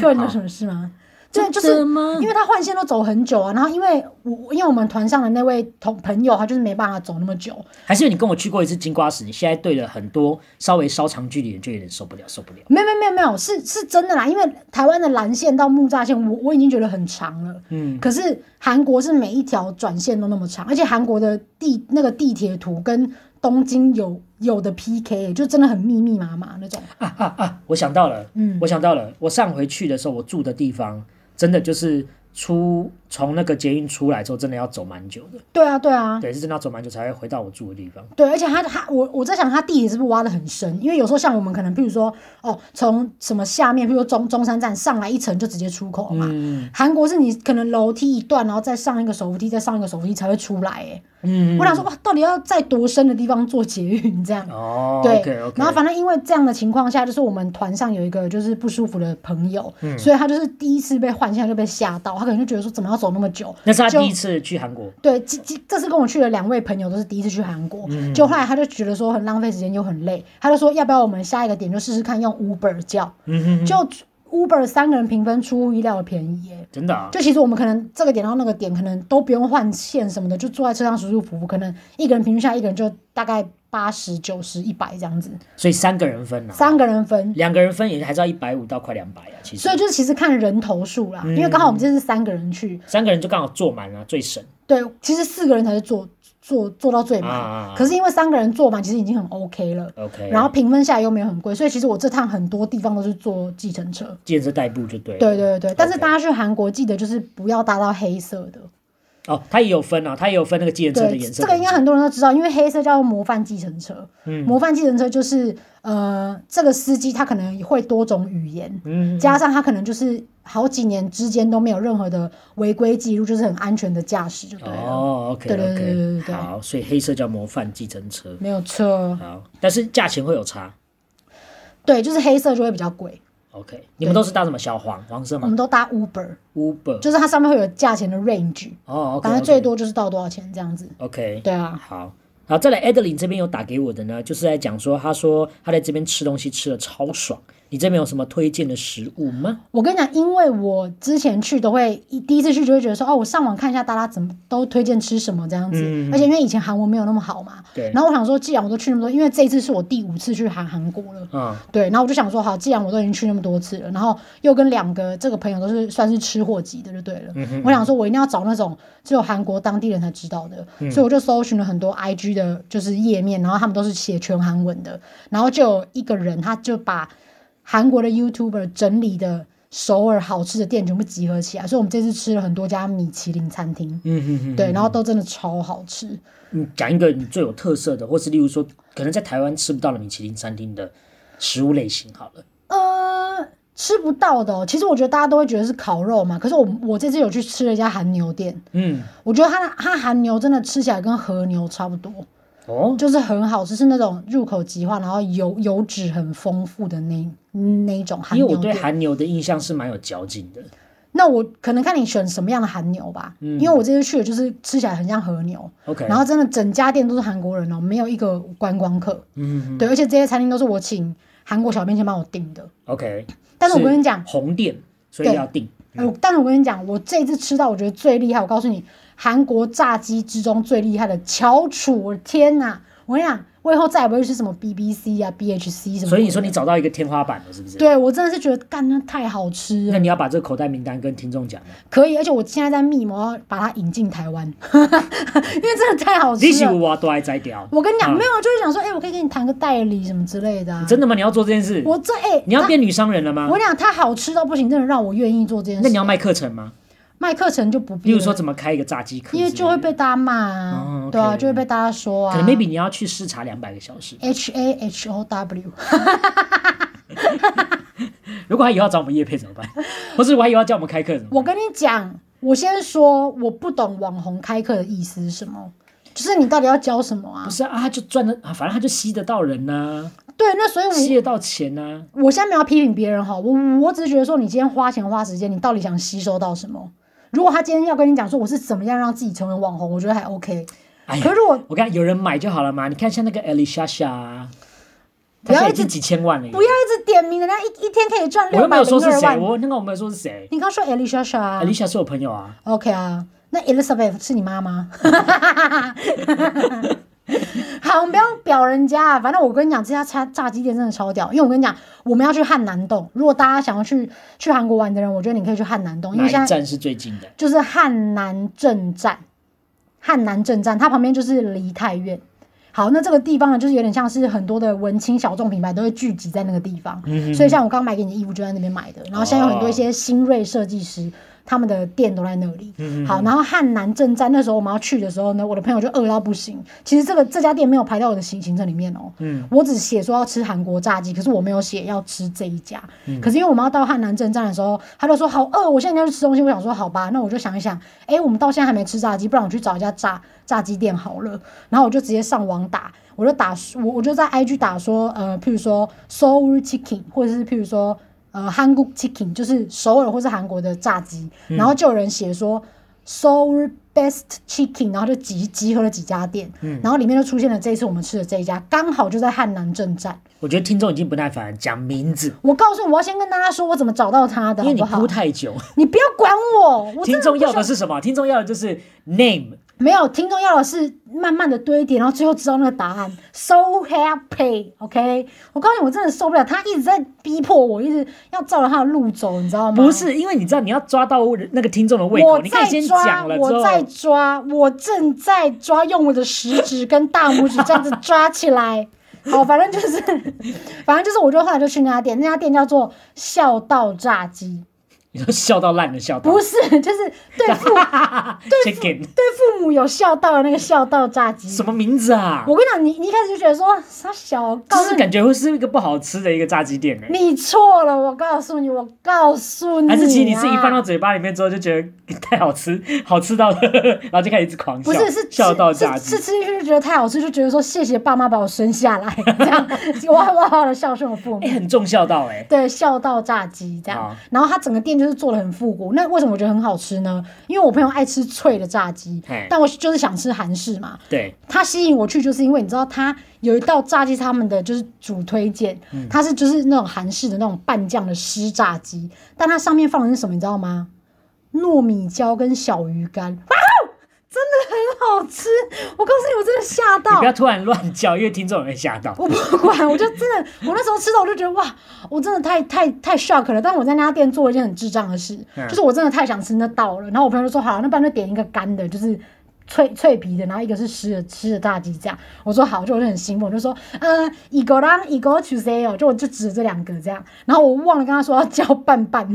柯文哲有什么事吗？对，就 是
真的吗
因为他换线都走很久啊。然后因为我因为我们团上的那位同朋友，他就是没办法走那么久，
还是你跟我去过一次金瓜石，你现在对了很多稍微稍长距离的就有点受不了，受不了。
没有没有没有没有，是是真的啦，因为台湾的蓝线到木栅线，我我已经觉得很长了。
嗯，
可是韩国是每一条转线都那么长，而且韩国的地那个地铁图跟东京有有的 PK，就真的很密密麻麻那种。
啊啊啊！我想到了，
嗯
我想到了，我上回去的时候，我住的地方真的就是出从那个捷运出来之后，真的要走蛮久的，
对啊，对啊，
对，是真的要走蛮久才会回到我住的地方。
对，而且他他我我在想他地铁是不是挖的很深？因为有时候像我们可能，譬如说哦，从什么下面，譬如说中中山站上来一层就直接出口了嘛。
嗯
韩国是你可能楼梯一段，然后再上一个手扶梯，再上一个手扶梯才会出来、欸。
嗯，
我想说哇，到底要在多深的地方做捷运这样？
哦，
对
o k o k
然后反正因为这样的情况下，就是我们团上有一个就是不舒服的朋友，
嗯
所以他就是第一次被换线就被吓到，他可能就觉得说怎么要走那么久。
那是他
就
第一次去韩国，
对，这这这次跟我去的两位朋友都是第一次去韩
嗯
国，就后来他就觉得说很浪费时间又很累，他就说要不要我们下一个点就试试看用 Uber 叫，
嗯哼，
就 Uber 三个人平分出乎意料的便宜耶、
真的啊，
就其实我们可能这个点到那个点，可能都不用换线什么的，就坐在车上舒舒服服，可能一个人平均下来一个人就大概八十九十一百这样子，
所以三个人分啊，
三个人分。
两个人分也还是要一百五到快两百啊，其实
所以就是其实看人头数啦，因为刚好我们这次三个人去，
三个人就刚好坐满啊，最省。
对，其实四个人才是坐坐坐到最满，
啊啊啊
可是因为三个人坐满其实已经很 OK 了，
OK，
然后评分下来又没有很贵，所以其实我这趟很多地方都是坐计程车。
建设代步就对了，
对对对，但是
OK
大家去韩国记得就是不要搭到黑色的，
哦，他也有分啊，他也有分那个建设的
对，
颜色，
这个应该很多人都知道，因为黑色叫做模范计程车。
嗯
模范计程车就是呃，这个司机他可能会多种语言，
嗯
加上他可能就是好几年之间都没有任何的违规记录，就是很安全的驾驶就对了，
哦，OK
对对
OK，
对对对对
好，所以黑色叫模范计程车，
没有错。
好，但是价钱会有差。
对，就是黑色就会比较贵。
OK，你们都是搭什么小黄黄色
我
吗
们都搭 Uber，
？Uber
就是它上面会有价钱的 range，
哦，OK，
反正最多就是到多少钱这样子。
OK，
对啊，
好。好，再来 Adeline 这边有打给我的呢，就是在讲说，他说他在这边吃东西吃的超爽，你这边有什么推荐的食物吗？
我跟你讲，因为我之前去都会一第一次去就会觉得说，哦，我上网看一下大家怎么都推荐吃什么这样子，
嗯
而且因为以前韩文没有那么好嘛，
对，
然后我想说，既然我都去那么多，因为这一次是我第五次去韩韩国了。
嗯
对，然后我就想说，好，既然我都已经去那么多次了，然后又跟两个这个朋友都是算是吃货级的，就对了。
嗯哼
我想说，我一定要找那种只有韩国当地人才知道的，
嗯
所以我就搜寻了很多 IG 的，就是页面，然后他们都是写全韩文的，然后就有一个人，他就把韩国的 YouTuber 整理的首尔好吃的店全部集合起来，所以我们这次吃了很多家米其林餐厅，
嗯哼哼，
对，然后都真的超好吃。
你讲一个你最有特色的，或是例如说可能在台湾吃不到的米其林餐厅的食物类型好了。
呃，吃不到的哦、其实我觉得大家都会觉得是烤肉嘛，可是我我这次有去吃了一家韩牛店，
嗯，
我觉得它它韩牛真的吃起来跟和牛差不多，
哦，
就是很好吃，是那种入口即化，然后油油脂很丰富的那那一种韩
因为
牛
我对
店。
韩牛的印象是蛮有嚼劲的。
那我可能看你选什么样的韩牛吧，
嗯
因为我这次去的就是吃起来很像和牛，
OK，
然后真的整家店都是韩国人哦，没有一个观光客。
嗯哼
对，而且这些餐厅都是我请韩国小编先帮我订的。
，OK，
但是我跟你讲，
红店，所以
对
要定。
哎、我但是我跟你讲，我这一次吃到我觉得最厉害，我告诉你，韩国炸鸡之中最厉害的翘楚，我的天哪！我跟你讲，我以后再也不会吃什么 BBC 啊、BHC 什么鬼的。
所以你说你找到一个天花板了，是不是？。
对我真的是觉得干那太好吃
那
了，
你要把这个口袋名单跟听众讲吗？
可以，而且我现在在密谋要把它引进台湾， 因为真的太好吃
你是
了。
我都爱摘掉。
我跟你讲，
啊
没有，就是想说，哎、我可以跟你谈个代理什么之类的、啊。
真的吗？你要做这件事？
我这哎，
你要
它
变女商人了吗
我？跟你讲，它好吃到不行，真的让我愿意做这件事。
那你要卖课程吗？
卖课程就不必
例
了，
如说怎么开一个炸鸡课之类的？
因为就会被大家骂啊，
哦，OK
对啊，就会被大家说啊。
可能 maybe 你要去视察两百个小时。
H A H O W，
如果他以后要找我们叶配怎么办？或是我还以后要叫我们开课怎么办？
我跟你讲，我先说我不懂网红开课的意思是什么，就是你到底要教什么啊
不？是啊，他就赚的啊，反正他就吸得到人呐、
对，那所以
吸
我
得到钱呐、
我现在没有要批评别人哈，我我只是觉得说，你今天花钱花时间，你到底想吸收到什么？如果他今天要跟你讲说我是怎么样让自己成为网红，我觉得还 OK。
哎呀
可是如果
我看有人买就好了嘛。你看像那个 Elisha 啊，
不
他
要
现在已
一直
经几千万了耶。
不要一直点名，人家一一天可以赚
我
六
又没
百
有说
零
是
二
谁，
万。
我那个我没有说是谁。
你刚说 Elisha Shah 啊
Elisha 是我朋友啊，
OK 啊，那 Elizabeth 是你妈妈？ 好，我们不要表人家啊。反正我跟你讲，这家炸炸鸡店真的超屌。因为我跟你讲，我们要去汉南洞。如果大家想要去去韩国玩的人，我觉得你可以去汉南洞，因
哪
为
一
现在
站是最近的？
就是汉南镇站，汉南镇站它旁边就是梨泰院。好，那这个地方呢，就是有点像是很多的文青小众品牌都会聚集在那个地方。
嗯哦
所以像我刚买给你的衣服就在那边买的，然后现在有很多一些新锐设计师，他们的店都在那里。
嗯
好，然后汉南正站那时候我们要去的时候呢，我的朋友就饿到不行。其实这个这家店没有排到我的行行程里面哦，
嗯，
我只写说要吃韩国炸鸡，可是我没有写要吃这一家。可是因为我们要到汉南正站的时候，他就说好饿，我现在要去吃东西。我想说好吧，那我就想一想，哎，我们到现在还没吃炸鸡，不然我去找一家炸炸鸡店好了。然后我就直接上网打，我就打我我就在 IG 打说，呃，譬如说 Seoul Chicken，或者是譬如说呃韩国 Chicken，就是首尔或是韩国的炸鸡。然后就有人写说 Seoul Best Chicken，然后就集集合了几家店，
嗯
然后里面就出现了这一次我们吃的这一家，刚好就在汉南镇站。
我觉得听众已经不耐烦了，讲名字，
我告诉你，我要先跟大家说我怎么找到他的，
因为
好
你
不好
铺？太久。
你不要管我，我真
听
的
众要的是什么？听众要的就是 name。
没有听众要的是慢慢的堆叠，然后最后知道那个答案。So happy，OK？、我告诉你，我真的受不了，他一直在逼迫我，一直要照着他的路走，你知道吗？
不是，因为你知道你要抓到那个听众的胃口，
啊我
你可以
在
先
抓，
讲了之
我在
后，
抓，我正在抓，用我的食指跟大拇指这样子抓起来。好，反正就是，反正就是，我就后来就去那家店，那家店叫做孝道炸鸡，
你说笑到烂了，笑到
不 是，就是对父
chicken
对父母有孝道的那个孝道炸鸡。
什么名字啊？
我跟你讲，你你一开始就觉得说傻小，告
就
诉
是
你
感觉会是一个不好吃的一个炸鸡店哎、
你错了，我告诉你，我告诉你、啊，
还是其实你是一放到嘴巴里面之后就觉得哎太好吃， 好吃到然后就开始一直狂笑，
不是是吃
笑到
是
炸鸡
是。吃进去就觉得太好吃，就觉得说谢谢爸妈把我生下来，这样我我好好的孝顺我父母
哎、。很重笑到哎、
对，孝道炸鸡这样
好，
然后它整个店就是做的很复古。那为什么我觉得很好吃呢？因为我朋友爱吃脆的炸鸡
嘿，
但我就是想吃韩式嘛。
对，
他吸引我去，就是因为你知道，他有一道炸鸡，是他们的就是主推荐，它是就是那种韩式的那种拌酱的湿炸鸡，但它上面放的是什么，你知道吗？糯米椒跟小鱼干，哇，哦真的很好吃！我告诉你，我真的吓
你不要
到，
突然乱叫，因为听众人吓到。
我不管，我就真的，我那时候吃到我就觉得哇，我真的太太太 shock 了。但我在那家店做了一件很智障的事，
嗯
就是我真的太想吃那道了，然后我朋友就说好，那不然就点一个干的，就是脆脆皮的，然后一个是湿的湿的大鸡这样。我说好，就我就很兴奋，我就说呃，一个啦，一个 to say 哦，就我就指着这两个这样，然后我忘了跟他说要叫拌拌，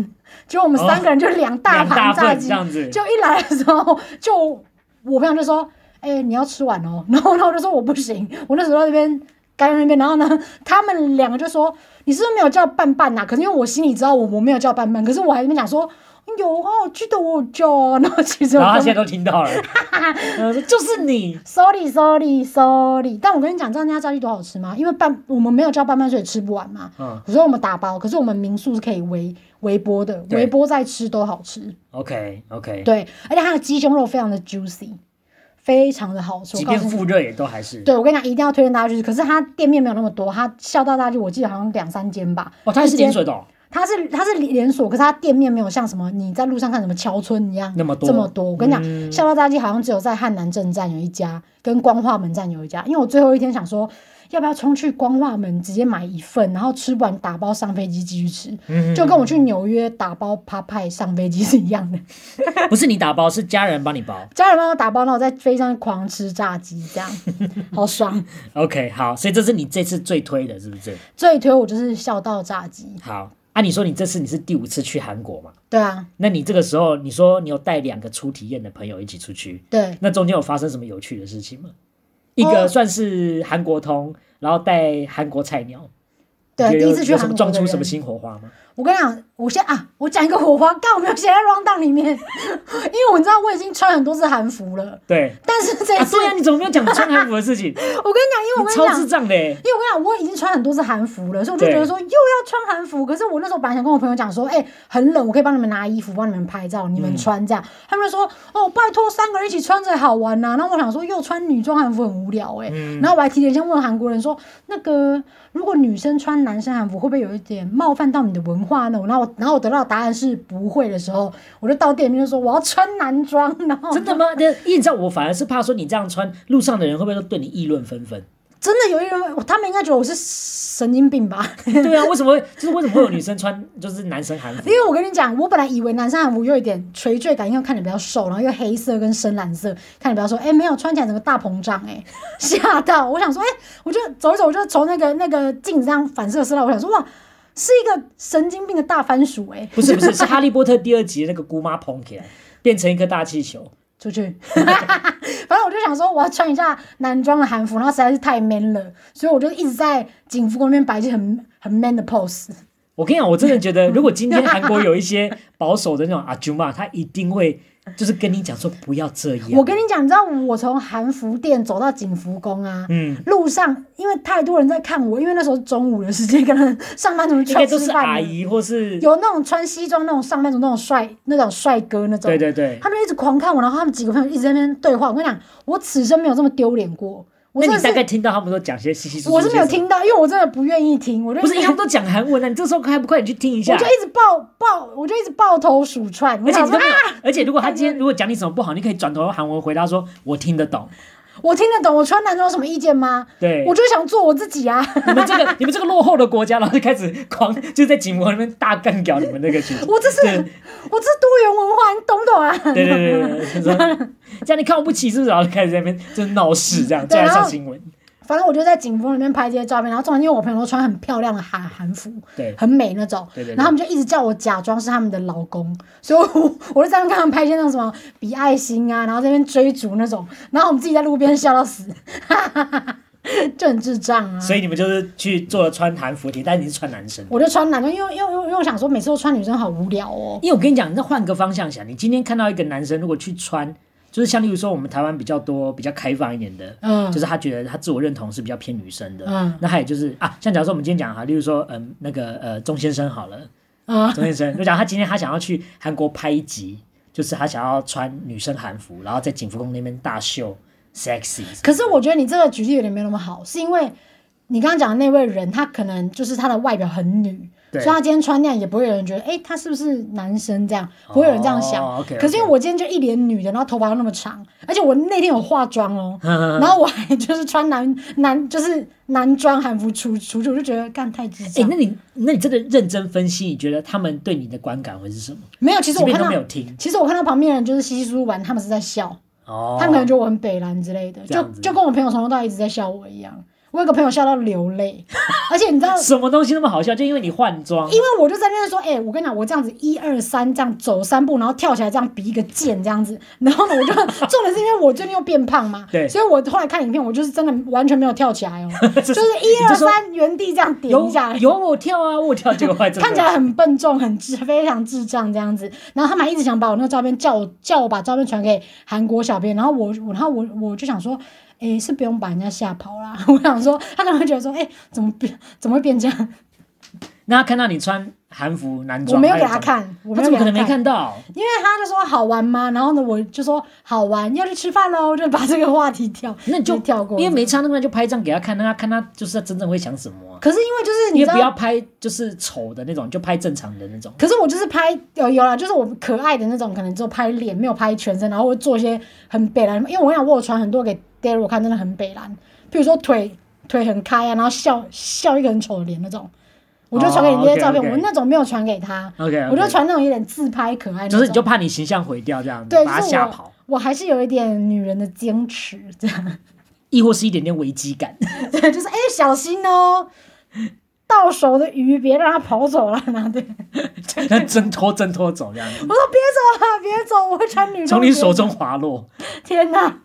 结果我们三个人就两大
哦两大
盘炸
份这
鸡，
样子，
就一来的时候，就我朋友就说：“哎、你要吃完哦。” 然后，然后我就说：“我不行。”我那时候在那边干在那边，然后呢， 他们两个就说：“你是不是没有叫拌拌呐、可是因为我心里知道我我没有叫拌拌，可是我还在那边讲说。有哦，我记得我有叫哦，然后其实我
然后他现
根
在
本
都听到 了，然后
呃
说就是你，
sorry sorry sorry，但我跟你讲，知道那家炸鸡多好吃吗？因为拌我们没有叫拌拌，所以吃不完嘛。
嗯
所以我们打包，可是我们民宿是可以微微波的，
对
微波再吃都好吃。
，OK OK，
对，而且它的鸡胸肉非常的 juicy，非常的好吃。我
即
告
便
诉你，
复热也都还是。
对我跟你讲，一定要推荐大家去吃。可是它店面没有那么多，它孝道大街我记得好像两三间吧。
哦，它是连锁的、哦，
它是它是连锁，可是它店面没有像什么你在路上看什么侨村一样
那么多
这么多。我跟你讲，
嗯
孝道大街好像只有在汉南镇站有一家，跟光化门站有一家。因为我最后一天想说。要不要冲去光化门直接买一份，然后吃不完打包上飞机继续吃，
嗯
就跟我去纽约打包扒派上飞机是一样的。
不是你打包，是家人帮你包。
家人帮我打包，然后我在飞机上狂吃炸鸡，这样 好爽。
OK，好，所以这是你这次最推的，是不是？
最推我就是孝道炸鸡，
好，啊，你说你这次你是第五次去韩国嘛？
对啊，
那你这个时候你说你有带两个初体验的朋友一起出去，
对，
那中间有发生什么有趣的事情吗？一
哦
个算是韩国通，然后带韩国菜鸟，
对
你觉得
第一
有
次去
有什
韩
么
国
撞
的
出什
人
么新火花吗？
我跟你讲，我先啊，我讲一个火花，刚我没有写在 round down 里面， 因为我知道我已经穿很多次韩服了，
对，
但是这
啊，
次、
对啊，你怎么没有讲穿韩服的事情？你
我跟你讲，因 为我跟你
超
讲
智。障的欸，
因为我跟你讲，我已经穿很多次韩服了，所以我就觉得
对
说又要穿韩服。可是我那时候本来想跟我朋友讲说，哎、很冷，我可以帮你们拿衣服，帮你们拍照，你们
嗯
穿这样。他们就说，哦，拜托，三个人一起穿着好玩呐、然后我想说，又穿女装韩服很无聊哎、
嗯
然后我还提前先问韩国人说，那个如果女生穿男生韩服，会不会有一点冒犯到你的文化呢？然后我，然后我得到的答案是不会的时候，我就到店里面就说我要穿男装，然后
真的吗？那因为你知道，我反而是怕说你这样穿，路上的人会不会都对你议论纷 纷？
真的有一人，他们应该觉得我是神经病吧。
对啊，为什么会就是为什么会有女生穿就是男生韩服
因？为我跟你讲，我本来以为男生韩服又有一点垂坠感，因为看起来比较瘦，然后又黑色跟深蓝色，看起来比较瘦。哎、没有，穿起来整个大膨胀、哎， 吓到！我想说，哎、我就走一走，我就从那个那个镜子上反射射到，我想说，哇，是一个神经病的大番薯、哎，
不是不是，是《哈利波特》第二集那个姑妈捧起来，变成一颗大气球。
出去。 反正我就想说，我要穿一下男装的韩服，然后实在是太 man 了，所以我就一直在景福宫那边摆一些很很 man 的 pose。
我跟你讲，我真的觉得，如果今天韩国有一些保守的那种阿舅妈，她一定会就是跟你讲说不要这样。
我跟你讲，你知道我从韩服店走到景福宫啊，
嗯，
路上，因为太多人在看我，因为那时候是中午的时间，可能上班族去
应该
吃
都是
饭
阿
了
姨或是
有那种穿西装那种上班族那种帅那种帅哥那种，
对对对。
他们就一直狂看我，然后他们几个朋友一直在那边对话。我跟你讲，我此生没有这么丢脸过，
那
我真
你
的
大
是
概听到他们都讲些稀稀疏疏
我
些什么？
是没有听到，因为我真的不愿意听，我就
不是， 因为他
我
们都讲韩文啊，你这时候还不快点去听一下？
就一直抱抱，我就一直抱头鼠窜，我
而且
想
你都
说啊
没有，而且如果他今天如果讲你什么不好，你可以转头用韩文回答说“我听得懂
我听得懂我穿男装有什么意见吗？”。
对，
我就想做我自己啊。
你们这个你们这个落后的国家，然后就开始狂就在警国那边大干掉你们那个群体。
我这是
对
我这是多元文化，你懂不懂啊？
对对对对对，就说这样你看我不起是不是？然后就开始在那边就是闹事，这样
对
这样
然后
上新闻。
反正我就在景峰里面拍这些照片，然后重点因为我朋友都穿很漂亮的韩韩服，
对
很美那种，
对对对
然后他们就一直叫我假装是他们的老公，所以我我就在那边跟他们拍一些那种什么比爱心啊，然后在那边追逐那种，然后我们自己在路边笑到死， 就很智障啊。
所以你们就是去做了穿韩服体，但是你是穿男生。
我就穿男装，因为因为因为因为我想说每次都穿女生好无聊哦。
因为我跟你讲，那换个方向想，你今天看到一个男生如果去穿，就是像例如说我们台湾比较多比较开放一点的，
嗯
就是他觉得他自我认同是比较偏女生的，
嗯
那还有就是啊，像假如说我们今天讲哈，例如说嗯那个呃钟先生好了。
啊
周先生就讲他今天他想要去韩国拍一集，就是他想要穿女生韩服，然后在景福宫那边大秀 sexy。
可是我觉得你这个举例有点没有那么好，是因为你刚刚讲的那位人，他可能就是他的外表很女，所
对
以他今天穿那样也不会有人觉得，哎、他是不是男生这样，不会有人这样想。
哦，OK，OK
可是因为我今天就一脸女的，然后头发又那么长，而且我那天有化 妆哦，然后我还就是穿男男就是男装韩服出出去，我就觉得干太 智
哎、
障。
那你那你真的认真分析，你觉得他们对你的观感会是什么？
没有，其实
即
我
便
看
都没有
到，
听
其实我看到旁边的人就是稀稀疏疏玩，他们是在笑。
哦，
他们可能觉得我很北蓝之类的，
这
就
样子
就跟我朋友从头到尾一直在笑我一样。我有个朋友笑到流泪， 而且你知道，
什么东西那么好笑，就因为你换装
因为我就在那边说，哎、我跟你讲，我这样子一二三这样走三步，然后跳起来这样比一个箭这样子，然后呢，我就重点是因为我最近又变胖嘛，
对
所以我后来看影片，我就是真的完全没有跳起来哦，
这是
就是一
你就
二
说
三原地这样点
有
一下，
有我跳啊，我跳这个坏，
看起来很笨重，很智，非常智障这样子。然后他们还一直想把我那个照片叫我叫我把照片传给韩国小编，然后我我然后我我就想说，诶，是不用把人家吓跑啦。 我想说，他可能会觉得说，诶，怎么变怎么会变这样？
那他看到你穿韩服男
我
装，
没有给
还
他
有怎么，
看，我
他
没
怎
有
么可
给他
能没看到？
因为他就说好玩吗？然后呢，我就说好玩，要去吃饭喽，就把这个话题跳，
那你就
跳过，
因为没差那么就拍一张给他看，让他看他就是他真正会想什么啊、
可是因为就是你
因
知
为
道
不要拍就是丑的那种，就拍正常的那种。
可是我就是拍有有啦，就是我可爱的那种，可能只有拍脸，没有拍全身，然后会做一些很北蓝，因为我想我有传很多给 Daryl 看，真的很北蓝，譬如说腿腿很开啊，然后笑笑一个很丑的脸那种，我就传给你那些照
哦
片，
，OK，OK
我那种没有传给他
OK，
我就，传那种有点自拍可爱那种，
就是你就怕你形象毁掉这样，
对，
把他
就是
吓
我
跑，
我还是有一点女人的矜持，这样，
亦或是一点点危机感。
对，就是哎、小心哦。到手的鱼别让它跑走了，然后 对，我
那 挣脱挣脱走这样子，
说别走啊，别走，我会穿女装。
从你
别走
手中滑落。
天哪！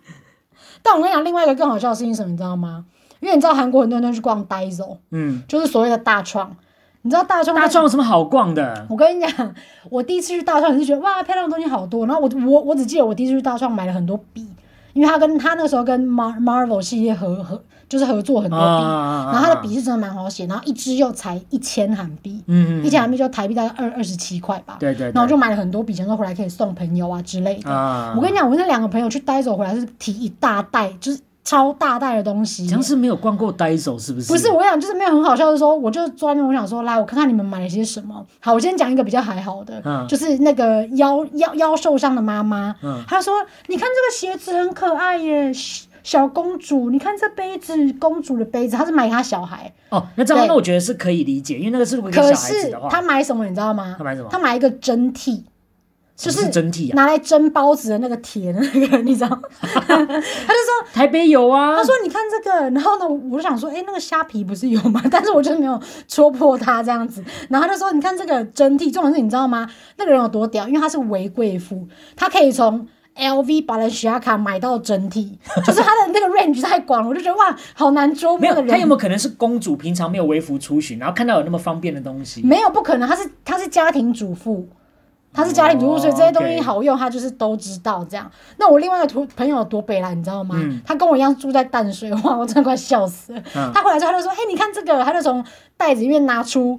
但我跟你讲，另外一个更好笑的事情是什么，你知道吗？因为你知道韩国很多人都去逛 Daiso，
嗯，
就是所谓的大创。你知道大创？
大壮有什么好逛的？
我跟你讲，我第一次去大创，你是觉得哇，漂亮的东西好多。然后我我我只记得我第一次去大创买了很多笔，因为他跟他那时候跟 Mar Marvel 系列合合就是合作很多笔，
啊
然后他的笔，是真的蛮好写，然后一支又才一千韩币，
嗯，
一千韩币就台币大概二二十七块吧。
对对，
然后我就买了很多笔，想说回来可以送朋友啊之类的。
啊，
我跟你讲，我那两个朋友去呆走回来是提一大袋，就是超大袋的东西
你。像是没有逛过呆手是不是？
不是，，我想就是没有很好笑的说，我就坐在那边，我想说，来，我看看你们买了些什么。好，我先讲一个比较还好的，
嗯
就是那个腰腰腰受伤的妈妈，
嗯
她说，你看这个鞋子很可爱耶，小小公主，你看这杯子，公主的杯子，她是买给她小孩，
哦，那这样
对
那我觉得是可以理解，因为那个是如果给小
可
孩子
是
的话，
她买什么你知道吗
他？买什么？
她买一个蒸屉，就
什么是整体啊，
拿来蒸包子的那个铁的那个，你知道吗？ 她就说。
台北有啊。
他说：“你看这个。”然后呢，我就想说：“哎、那个虾皮不是有吗？” 但是我就是没有戳破他这样子。然后他就说：“你看这个真谛，重点是你知道吗？那个人有多屌？因为他是伪贵妇，他可以从 LV、Balenciaga 买到真谛，就是他的那个 range 太广了。我就觉得哇，好难捉
没
摸
有
的，
他有
人
没。有可能是公主平常没有微服出巡，然后看到有那么方便的东西？
没有不可能，他是他是家庭主妇。”他是家庭主妇，
哦
所以这些东西
OK
好用，他就是都知道这样。那我另外一个图朋友有多北兰，你知道吗？
嗯
他跟我一样住在淡水，哇，我真的快笑死了。
嗯，
他回来之后，他就说：“哎、你看这个。”他就从袋子里面拿出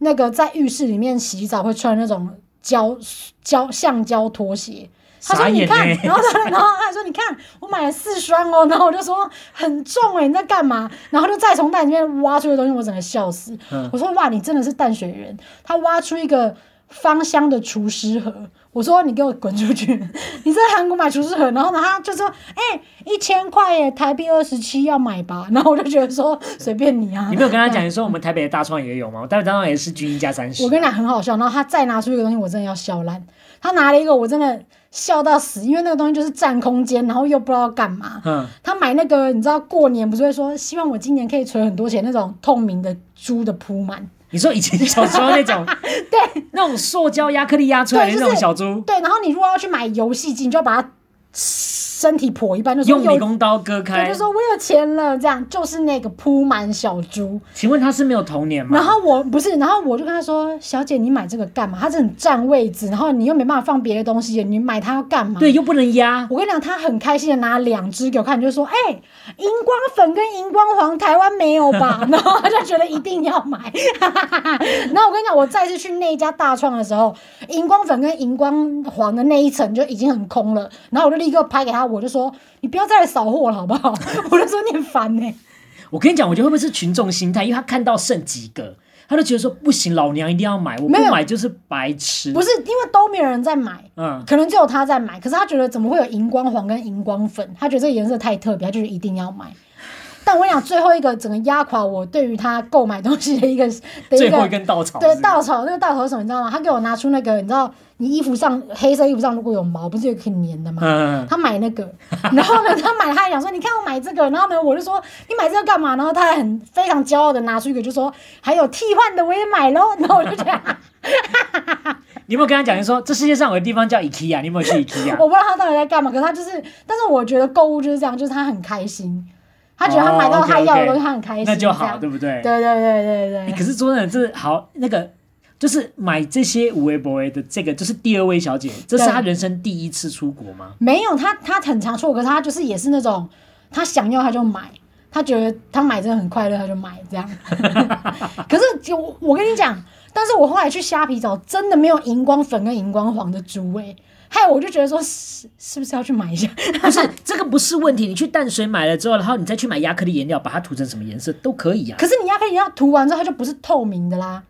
那个在浴室里面洗澡会穿的那种胶胶橡胶拖鞋。他说：“
傻
你
眼
看。”
欸
然后他，然后他还说：“你看，我买了四双哦。”然后我就说：“很重哎、你在干嘛？”然后就再从袋里面挖出的东西，我整个笑死。
嗯
我说：“哇，你真的是淡水人。”他挖出一个芳香的厨师盒。我说你给我滚出去！你在韩国买厨师盒，然后呢，他就说，哎、一千块耶，台币二十七要买吧。然后我就觉得说，随便你啊。
你没有跟他讲，你说我们台北的大创也有吗？我台北大创也是均一加三十。
我跟你讲很好笑，然后他再拿出一个东西，我真的要笑烂。他拿了一个，我真的笑到死，因为那个东西就是占空间，然后又不知道干嘛。
嗯，
他买那个，你知道过年不是会说希望我今年可以存很多钱那种透明的猪的铺满，
你说以前小时候那 种，对，那种塑胶亚克力压出来的
对
那
就是
种小猪，
对。然后你如果要去买游戏机，你就要把它身体剖一半，就说
用
有
美工刀割
对，
开
就。说我有钱了，这样就是那个铺满小猪。
请问他是没有童年吗？
然后我不是，然后我就跟他说：“小姐，你买这个干嘛？它是很占位置，然后你又没办法放别的东西，你买它要干嘛？”
对，又不能压，
我跟你讲，他很开心的拿两支给我看，就说：“哎、荧光粉跟荧光黄台湾没有吧？” 然后他就觉得一定要买。 然后我跟你讲，我再次去那一家大创的时候，荧光粉跟荧光黄的那一层就已经很空了。然后我就立刻拍给他，我就说：“你不要再来扫货了，好不好？” 我就说你很烦呢、欸
我跟你讲，我觉得会不会是群众心态？因为他看到剩几个，他就觉得说不行，老娘一定要买，我不
没有
买就是白痴。
不是因为都没有人在买，
嗯，
可能只有他在买，可是他觉得怎么会有荧光黄跟荧光粉？他觉得这个颜色太特别，他就是一定要买。但我跟你讲，最后一个整个压垮我对于他购买东西 的一个的一
最后一
个
根稻草是不
对
是。
稻草，那个稻草是什么你知道吗？他给我拿出那个，你知道你衣服上黑色衣服上如果有毛，不是也可以粘的吗？
嗯，
他买那个， 然后呢，他买了，他还讲说，你看我买这个，然后呢，我就说你买这个干嘛？然后他还很非常骄傲的拿出一个，就说还有替换的我也买喽。然后我就觉得，
你有没有跟他讲？你说这世界上有个地方叫 IKEA，你有没有去 IKEA？
我不知道他到底在干嘛，可是他就是，但是我觉得购物就是这样，就是他很开心，他觉得他买到他要的东
哦，OK，OK
西，他很开心，
那就
这
好，
样
对不对？
对对对对
欸
对
可是说真的，这好那个就是买这些五维博维的这个，就是第二位小姐，这是
对
她人生第一次出国 吗？
没有他，他很常错，可是他就是也是那种，他想要他就买，他觉得他买真的很快乐，他就买这样。 可是就我我跟你讲，但是我后来去虾皮找，真的没有荧光粉跟荧光黄的猪诶、害我就觉得说是是不是要去买一下？
不是，这个不是问题。你去淡水买了之后，然后你再去买亚克力颜料，把它涂成什么颜色都可以啊。
可是你要可以要涂完之后，它就不是透明的啦，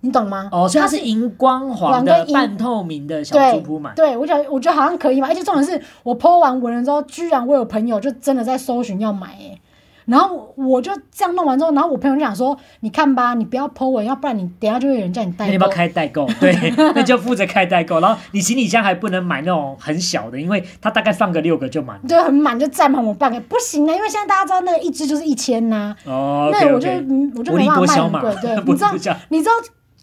你懂吗？
哦，所以它是荧光黄
黄
的
跟荧
半透明的小猪
对
铺满，
对，我觉得我觉得好像可以买，而且重点是我 PO 完文了之后，居然我有朋友就真的在搜寻要买哎、然后我我就这样弄完之后，然后我朋友就讲说：“你看吧，你不要 PO 文，要不然你等一下就会有人叫你
那
代
你要不
购
要。开代 购？对，那就负责开代购。然后你行李箱还不能买那种很小的，因为它大概放个六个就满”了。
就很满，就占满我半个，不行啊！因为现在大家知道那个一只就是一千呐、
哦
那
，OK
我就
OK，
嗯我就
薄
没
利
办
多
法卖
销
很
嘛 ，
贵，，对
薄
你
利
知道
多销。
你知道，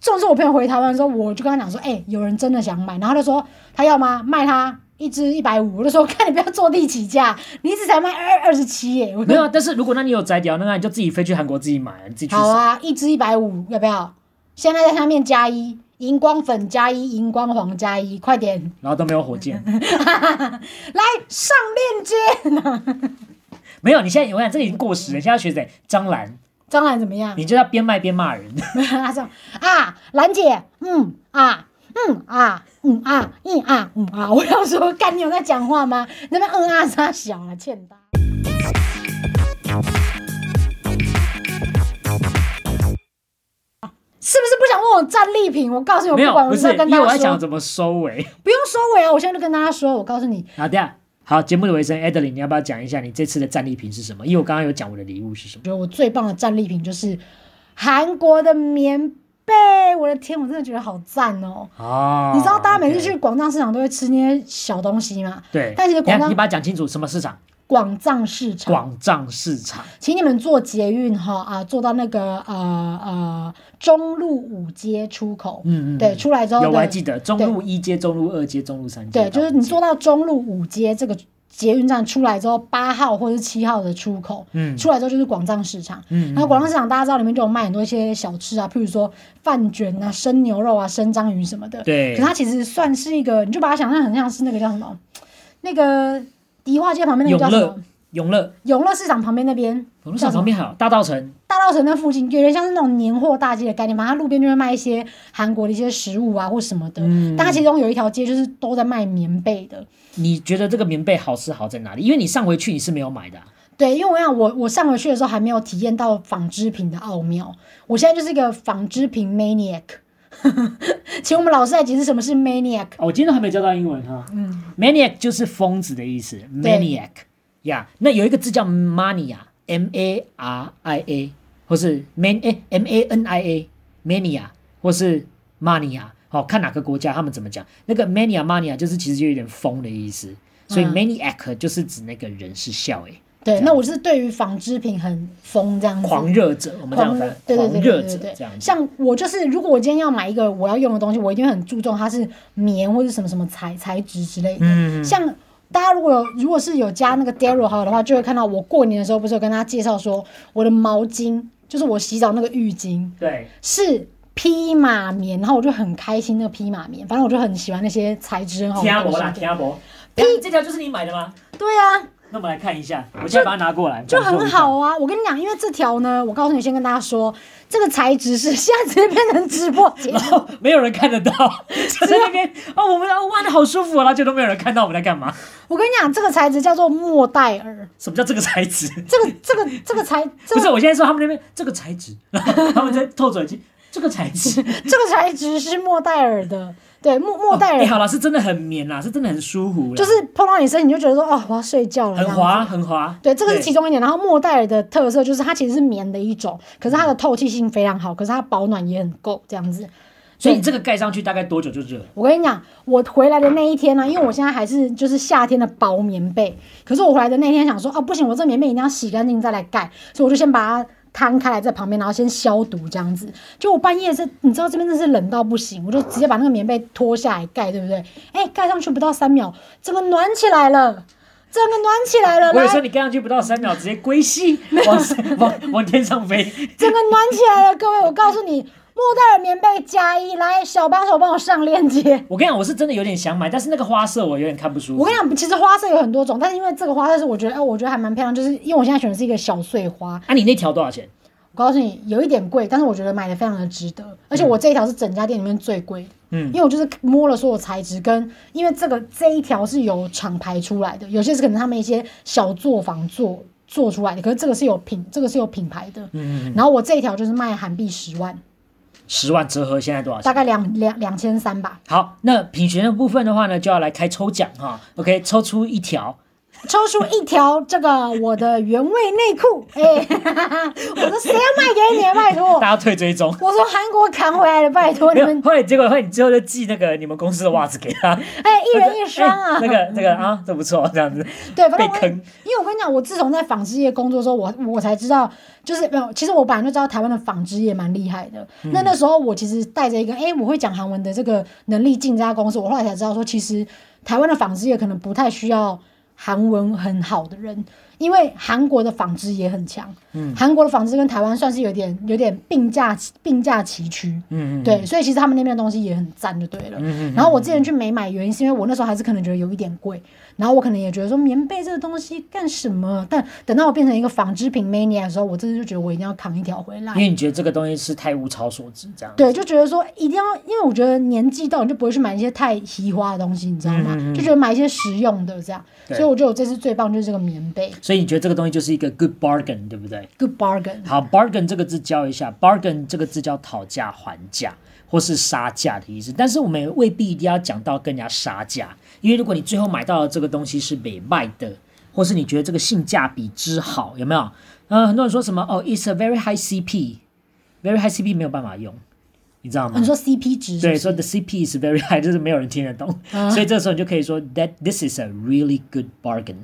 重点是我朋友回台湾的时候，我就跟他讲说，哎、有人真的想买，然后他就说他要吗？卖他一只一百五，我就说看你不要坐地起价，你一只才卖二二十七耶，我就
没有啊，但是如果那你有摘掉，那你就自己飞去韩国自己买，你自己去
好啊，一支一百五，要不要？现在在下面加一，荧光粉加一，荧光黄加一，快点
然后都没有火箭，
来上链接。
没有。你现在我想这已经过时了，现在学谁？张兰，
张兰怎么样？
你就要边卖边骂人。
他说啊，兰姐，嗯啊，嗯啊，嗯啊，嗯啊，嗯啊，我要说，干你有在讲话吗？你那边嗯啊啥小啊，欠打。啊是不是不想问我战利品？我告诉你，我
没
不
有
管，，我
不
就是
是，
要跟
因
大
为我
家
在想
说，
怎么收尾。
不用收尾啊！我现在就跟大家说，我告诉你，
好，等一下好，节目的尾声 a d e l i n 你要不要讲一下你这次的战利品是什么？因为我刚刚有讲我的礼物是什么
我。觉得我最棒的战利品就是韩国的棉被，我的天，我真的觉得好赞哦！
哦，
你知道大家每次
OK
去广藏市场都会吃那些小东西吗？
对，
但其实
等一
广
下你
藏
把它讲清楚，什么市场？
广藏市场，
广藏市场。
请你们坐捷运哈啊，坐到那个呃呃中路五街出口，
嗯嗯嗯
对，出来之后
有，我还
的，
记得中路一街、中路二街、中路三街。
对，就是你
说，
坐到中路五街这个捷运站出来之后，八号或者是七号的出口，
嗯
出来之后就是广藏市场。
嗯，嗯
然后广藏市场大家知道里面就有卖很多一些小吃啊，譬如说饭卷啊、生牛肉啊、生章鱼什么的。
对
可它其实算是一个，你就把它想象很像是那个叫什么，那个迪化街旁边那个叫
永
什
乐
么？
永乐
永乐市场旁边那边，
永乐市场旁边还有大道城。
大稻城那附近，有点像是那种年货大街的概念嘛。它路边就会卖一些韩国的一些食物啊或什么的。
嗯
但它其中有一条街就是都在卖棉被的。
你觉得这个棉被好是好在哪里？因为你上回去你是没有买的啊、
对，因为我想我我上回去的时候还没有体验到纺织品的奥妙，我现在就是一个纺织品 maniac。请我们老师来解释什么是 maniac。
哦，我今天都还没教到英文哈。嗯，maniac 就是疯子的意思，maniac 呀。Yeah，那有一个字叫 mania，m a r i a，或是 man 哎 m a n i a，mania 或是 mania，哦，看哪个国家他们怎么讲。那个 mania mania 就是其实就有点疯的意思，所以
嗯
maniac 就是指那个人是笑诶、
对，那我是对于纺织品很疯这样子。
狂热者，我们这样
嗯狂热
翻，
对对
狂
对
热
对对
者
对
这样
对，
子。
像我就是，如果我今天要买一个我要用的东西，我一定会很注重它是棉或者什么什么材材质之类的。
嗯
像大家如果有如果是有加那个 Daryl 好友的话，就会看到我过年的时候不是有跟大家介绍说，我的毛巾就是我洗澡那个浴巾
对，
是披马棉，然后我就很开心那个披马棉，反正我就很喜欢那些材质很好
天阿伯啦，
的东西。
天阿伯，哎，这条就是你买的吗？
对啊，
那我们来看一下，我现在把它拿过来，
就
感受
很
一下。
好啊！我跟你讲，因为这条呢，我告诉你，先跟大家说，这个材质是现在直接变成直播节目
然，后 没有人看 得到，就在那边哦，我们哦哇，那好舒服啊，然后就都没有人看到我们在干嘛。
我跟你讲，这个材质叫做莫代尔，
什么叫这个材质？
这个这个这个材
不
这个
是，我现在说他们那边这个材质， 然后他们在透着眼睛，这个材 质。
这个材质是莫代尔的，对，莫莫代
哎、
尔、
好了，是真的很棉啦，是真的很舒服啦，
就是碰到你身体，你就觉得说，哦，我要睡觉了，这
很
样
滑，
子。
很滑。
对，这个是其中一点。然后莫代尔的特色就是它其实是棉的一种，可是
嗯
它的透气性非常好，可是它保暖也很够，这样子。
所以你这个盖上去大概多久就热了？
我跟你讲，我回来的那一天呢、因为我现在还是就是夏天的薄棉被，可是我回来的那天想说，哦，不行，我这棉被一定要洗干净再来盖，所以我就先把它摊开来在旁边，然后先消毒这样子。就我半夜是，你知道这边真是冷到不行，我就直接把那个棉被脱下来盖，对不对？哎、盖上去不到三秒，整个暖起来了，整个暖起来了，
我有
来
时候，你盖上去不到三秒，直接归西，往 往往天上飞。
整个暖起来了，各位，我告诉你，莫代尔棉被加一，来，小帮手帮我上链接。
我跟你讲，我是真的有点想买，但是那个花色我有点看不舒服。
我跟你讲，其实花色有很多种，但是因为这个花色是我觉得，哎、我觉得还蛮漂亮，就是因为我现在选的是一个小碎花。
啊，你那条多少钱？
我告诉你，有一点贵，但是我觉得买的非常的值得，而且我这一条是整家店里面最贵的，
嗯
因为我就是摸了所有材质跟，因为这个这一条是由厂牌出来的，有些是可能他们一些小作坊做做出来的，可是这个是有品，这个是有品牌的，
嗯，
然后我这一条就是卖韩币十万，
十万折合现在多少钱？
大概两两两千三吧，
好，那品学的部分的话呢，就要来开抽奖哈。OK，抽出一条，
抽出一条这个我的原味内裤，哎、 我说谁要卖给你啊？拜托
大，家退追踪。
我从韩国砍回来的，拜托
没
你
有，
们，
后来结果后来你最后就寄那个你们公司的袜子给他，
哎、一人一双啊。
那个那个啊，这不错，这样子
对，反
被
正我
坑。
因为我跟你讲，我自从在纺织业工作之后，我我才知道，就是没有。其实我本来就知道台湾的纺织业蛮厉害的。
嗯
那那时候我其实带着一个，哎、我会讲韩文的这个能力进这家公司。我后来才知道说，其实台湾的纺织业可能不太需要韩文很好的人，因为韩国的纺织也很强。
嗯
韩国的纺织跟台湾算是有点有点并驾并驾齐驱。
嗯嗯，
对，所以其实他们那边的东西也很赞，就对了。
嗯嗯
然后我之前去没买，原因是因为我那时候还是可能觉得有一点贵，然后我可能也觉得说棉被这个东西干什么？但等到我变成一个纺织品 mania 的时候，我真的就觉得我一定要扛一条回
因
来。
为你觉得这个东西是太物超所值，这样
对，就觉得说一定要，因为我觉得年纪到你就不会去买一些太稀花的东西，你知道吗？
嗯嗯嗯
就觉得买一些实用的这样，
对
所以我觉得我这次最棒就是这个棉被
所以你觉得这个东西就是一个 good bargain，对不对？
，good bargain。
好，bargain 这个字教一下，bargain 这个字叫讨价还价或是杀价的意思，但是我们也未必一定要讲到跟人家杀价，因为如果你最后买到的这个东西是美卖的，或是你觉得这个性价比之好，有没有？呃，很多人说什么哦，it's a very high CP，very high CP 没有办法用，你知道吗
哦你？说 CP 值是不
对，
是
说 the CP is very high，就是没有人听得懂，
啊
所以这个时候你就可以说 that this is a really good bargain。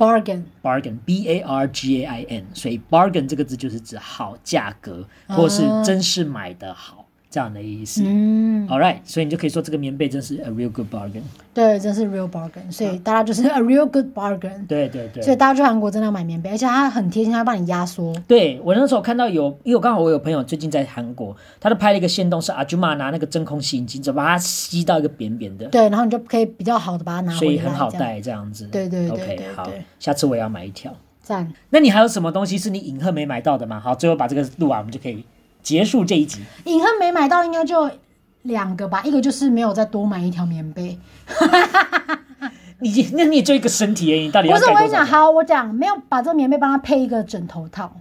bargain
bargain b a r g a i n，所以 bargain 这个字就是指好价格，或是
哦
真是买的好这样的意思。
嗯，
All right，所以你就可以说这个棉被真是 a real good bargain。
对，真是 real bargain，所以大家就是 a real good bargain。
对对对，
所以大家去韩国真的要买棉被，而且它很贴心，它会帮你压缩。
对我那时候看到有，因为我刚好我有朋友最近在韩国，他就拍了一个线动，是阿朱玛拿那个真空吸引机，就把它吸到一个扁扁的，
对，然后你就可以比较好的把它拿
所
回
以
来，
很好
这样
带这样子。
对对对
OK，
对
好
对，
下次我也要买一条。
赞。
那你还有什么东西是你隐恨没买到的吗？好，最后把这个录完，我们就可以结束这一集。
隐恨没买到，应该就两个吧，一个就是没有再多买一条棉被。
你那你也就一个身体而已，你到底
不
要
是，
盖
我跟
多
你
少
讲，
个？
好，我讲没有把这个棉被帮它配一个枕头套，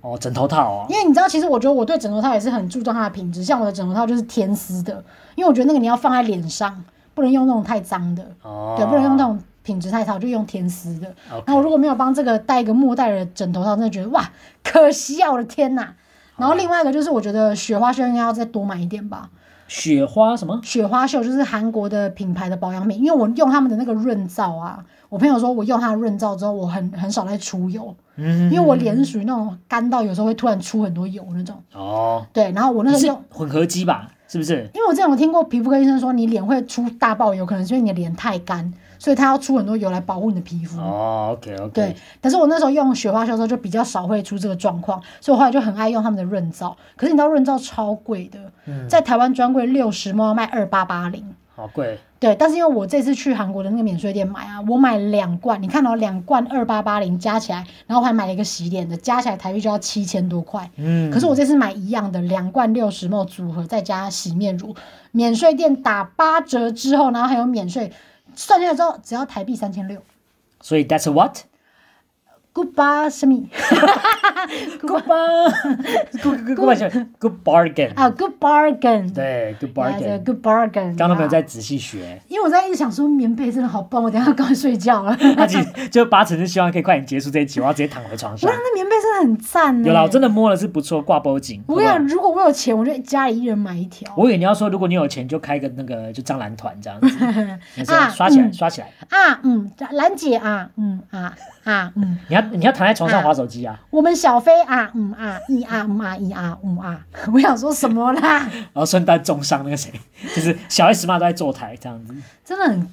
哦，枕头套哦，
因为你知道，其实我觉得我对枕头套也是很注重它的品质，像我的枕头套就是天丝的，因为我觉得那个你要放在脸上，不能用那种太脏的。
哦，
对，不能用那种品质太差，就用天丝的。
OK
然后如果没有帮这个戴一个莫代尔的枕头套，真的觉得哇，可惜啊，我的天呐！然
哦
后另外一个就是，我觉得雪花秀应该要再多买一点吧。
雪花什么？
雪花秀就是韩国的品牌的保养品，因为我用他们的那个润燥啊，我朋友说我用它的润燥之后，我很很少再出油，
嗯
因为我脸是属于那种干到有时候会突然出很多油那种。
哦，
对，然后我那
你
时候
是
用
混合肌吧？是不是？
因为我之前有听过皮肤科医生说，你脸会出大爆油，可能是因为你的脸太干，所以他要出很多油来保护你的皮肤。
哦，OK OK，
嗯对，但是我那时候用雪花秀的时候就比较少会出这个状况，所以我后来就很爱用他们的润燥。可是你知道润燥超贵的，在台湾专柜六十毛要卖二八八零。
好贵，
对，但是因为我这次去韩国的那个免税店买啊，我买两罐，你看到、两罐二八八零加起来，然后我还买了一个洗脸的，加起来台币就要七千多块。
嗯，
可是我这次买一样的两罐六十 ml 组合，再加洗面乳，免税店打八折之后，然后还有免税，算下来之后只要台币三千六。
所以 that's what
Goodbye，什么？
good bargain，good good good bargain，
啊，Good bargain，
对 good
呀这个
bargain，
，Good bargain。啊
刚刚没有在，仔细学，
因为我在一直想说棉被真的好棒，我等一下要赶快睡觉 了。
他其实就八成是希望可以快点结束这一集，我要直接躺回床上
哇，。那棉被真的很赞呢。
有啦，我真的摸了是不错，挂脖颈。
我跟你
好不好
讲，如果我有钱，我就家里一人买一条
我以为你要说，如果你有钱就开个那个就蟑螂团这样子， 你说
啊
刷起来
嗯
刷起来，
啊，嗯，兰姐啊，嗯啊啊嗯，
你要你要躺在床上划手机啊，
我们小飞啊，嗯啊一啊嗯啊一啊嗯啊， 我想说什么啦？
然后顺带重伤那个谁， 就是小 S 嘛都在坐台这样子。
真的很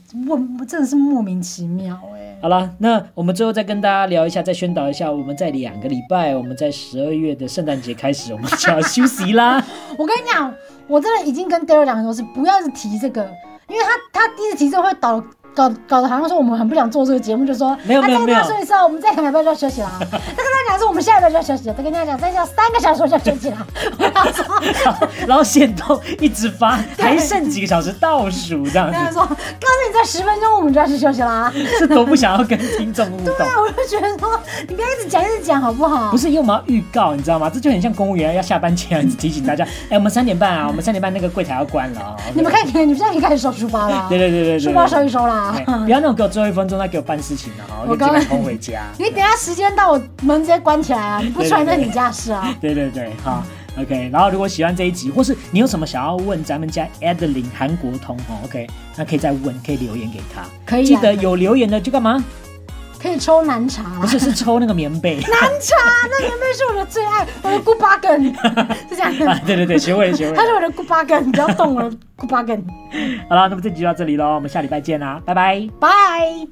我真的是莫名其妙哎、
好了，那我们最后再跟大家聊一下，再宣导一下，我们在两个礼拜，我们在十二月的圣诞节开始，我们就要休息 啦。
我跟你讲，我真的已经跟 Daryl 讲很多次，不要一直提这个，因为他他一直提这个会导搞搞得好像说我们很不想做这个节目，就说
没有没有
啊、再跟
没有
大家说一次哦，我们再两个礼拜就要休 息啦。再跟大家讲说我们下礼拜就要休息了，再跟大家讲再讲三个小时我就要休息啦。我想说。
然后然后线动一直发，还剩几个小时倒数这 样
跟他
子，
说，告诉你在十分钟我们就要去休息啦。
这多不想要跟听众互动。
那我就觉得说，你不要一直讲一直讲好不好？
不是，因为我们要预告，你知道吗？这就很像公务员要下班前一直提醒大家，哎、我们三点半啊，我们三点半那个柜台要关了啊、
你们开始，你们现在可以开始收书包啦。
对，对对对对，
书包收一收啦。
对哎不要那种给我最后一分钟再给我办事情了啊，我
啊
就
我
直
刚
接冲回家。
你等一下时间到，我门直接关起来啊！你不出来那你家的事啊。
对对对，好。OK，然后如果喜欢这一集，或是你有什么想要问咱们家 Adeline 韩国通哦，OK，那可以再问，可以留言给他。
可以啊
记得有留言的就干嘛？
可以抽南茶啦
不。是，是抽那个棉被。
南茶， 那原本是我的最爱，我的 good bargain，是这样
啊
的。
对对对，学会了学会
他是
了。
我的 good bargain，你不要动我的 good bargain。
啊好了，那么这集就到这里喽，我们下礼拜见啦，拜拜。
拜。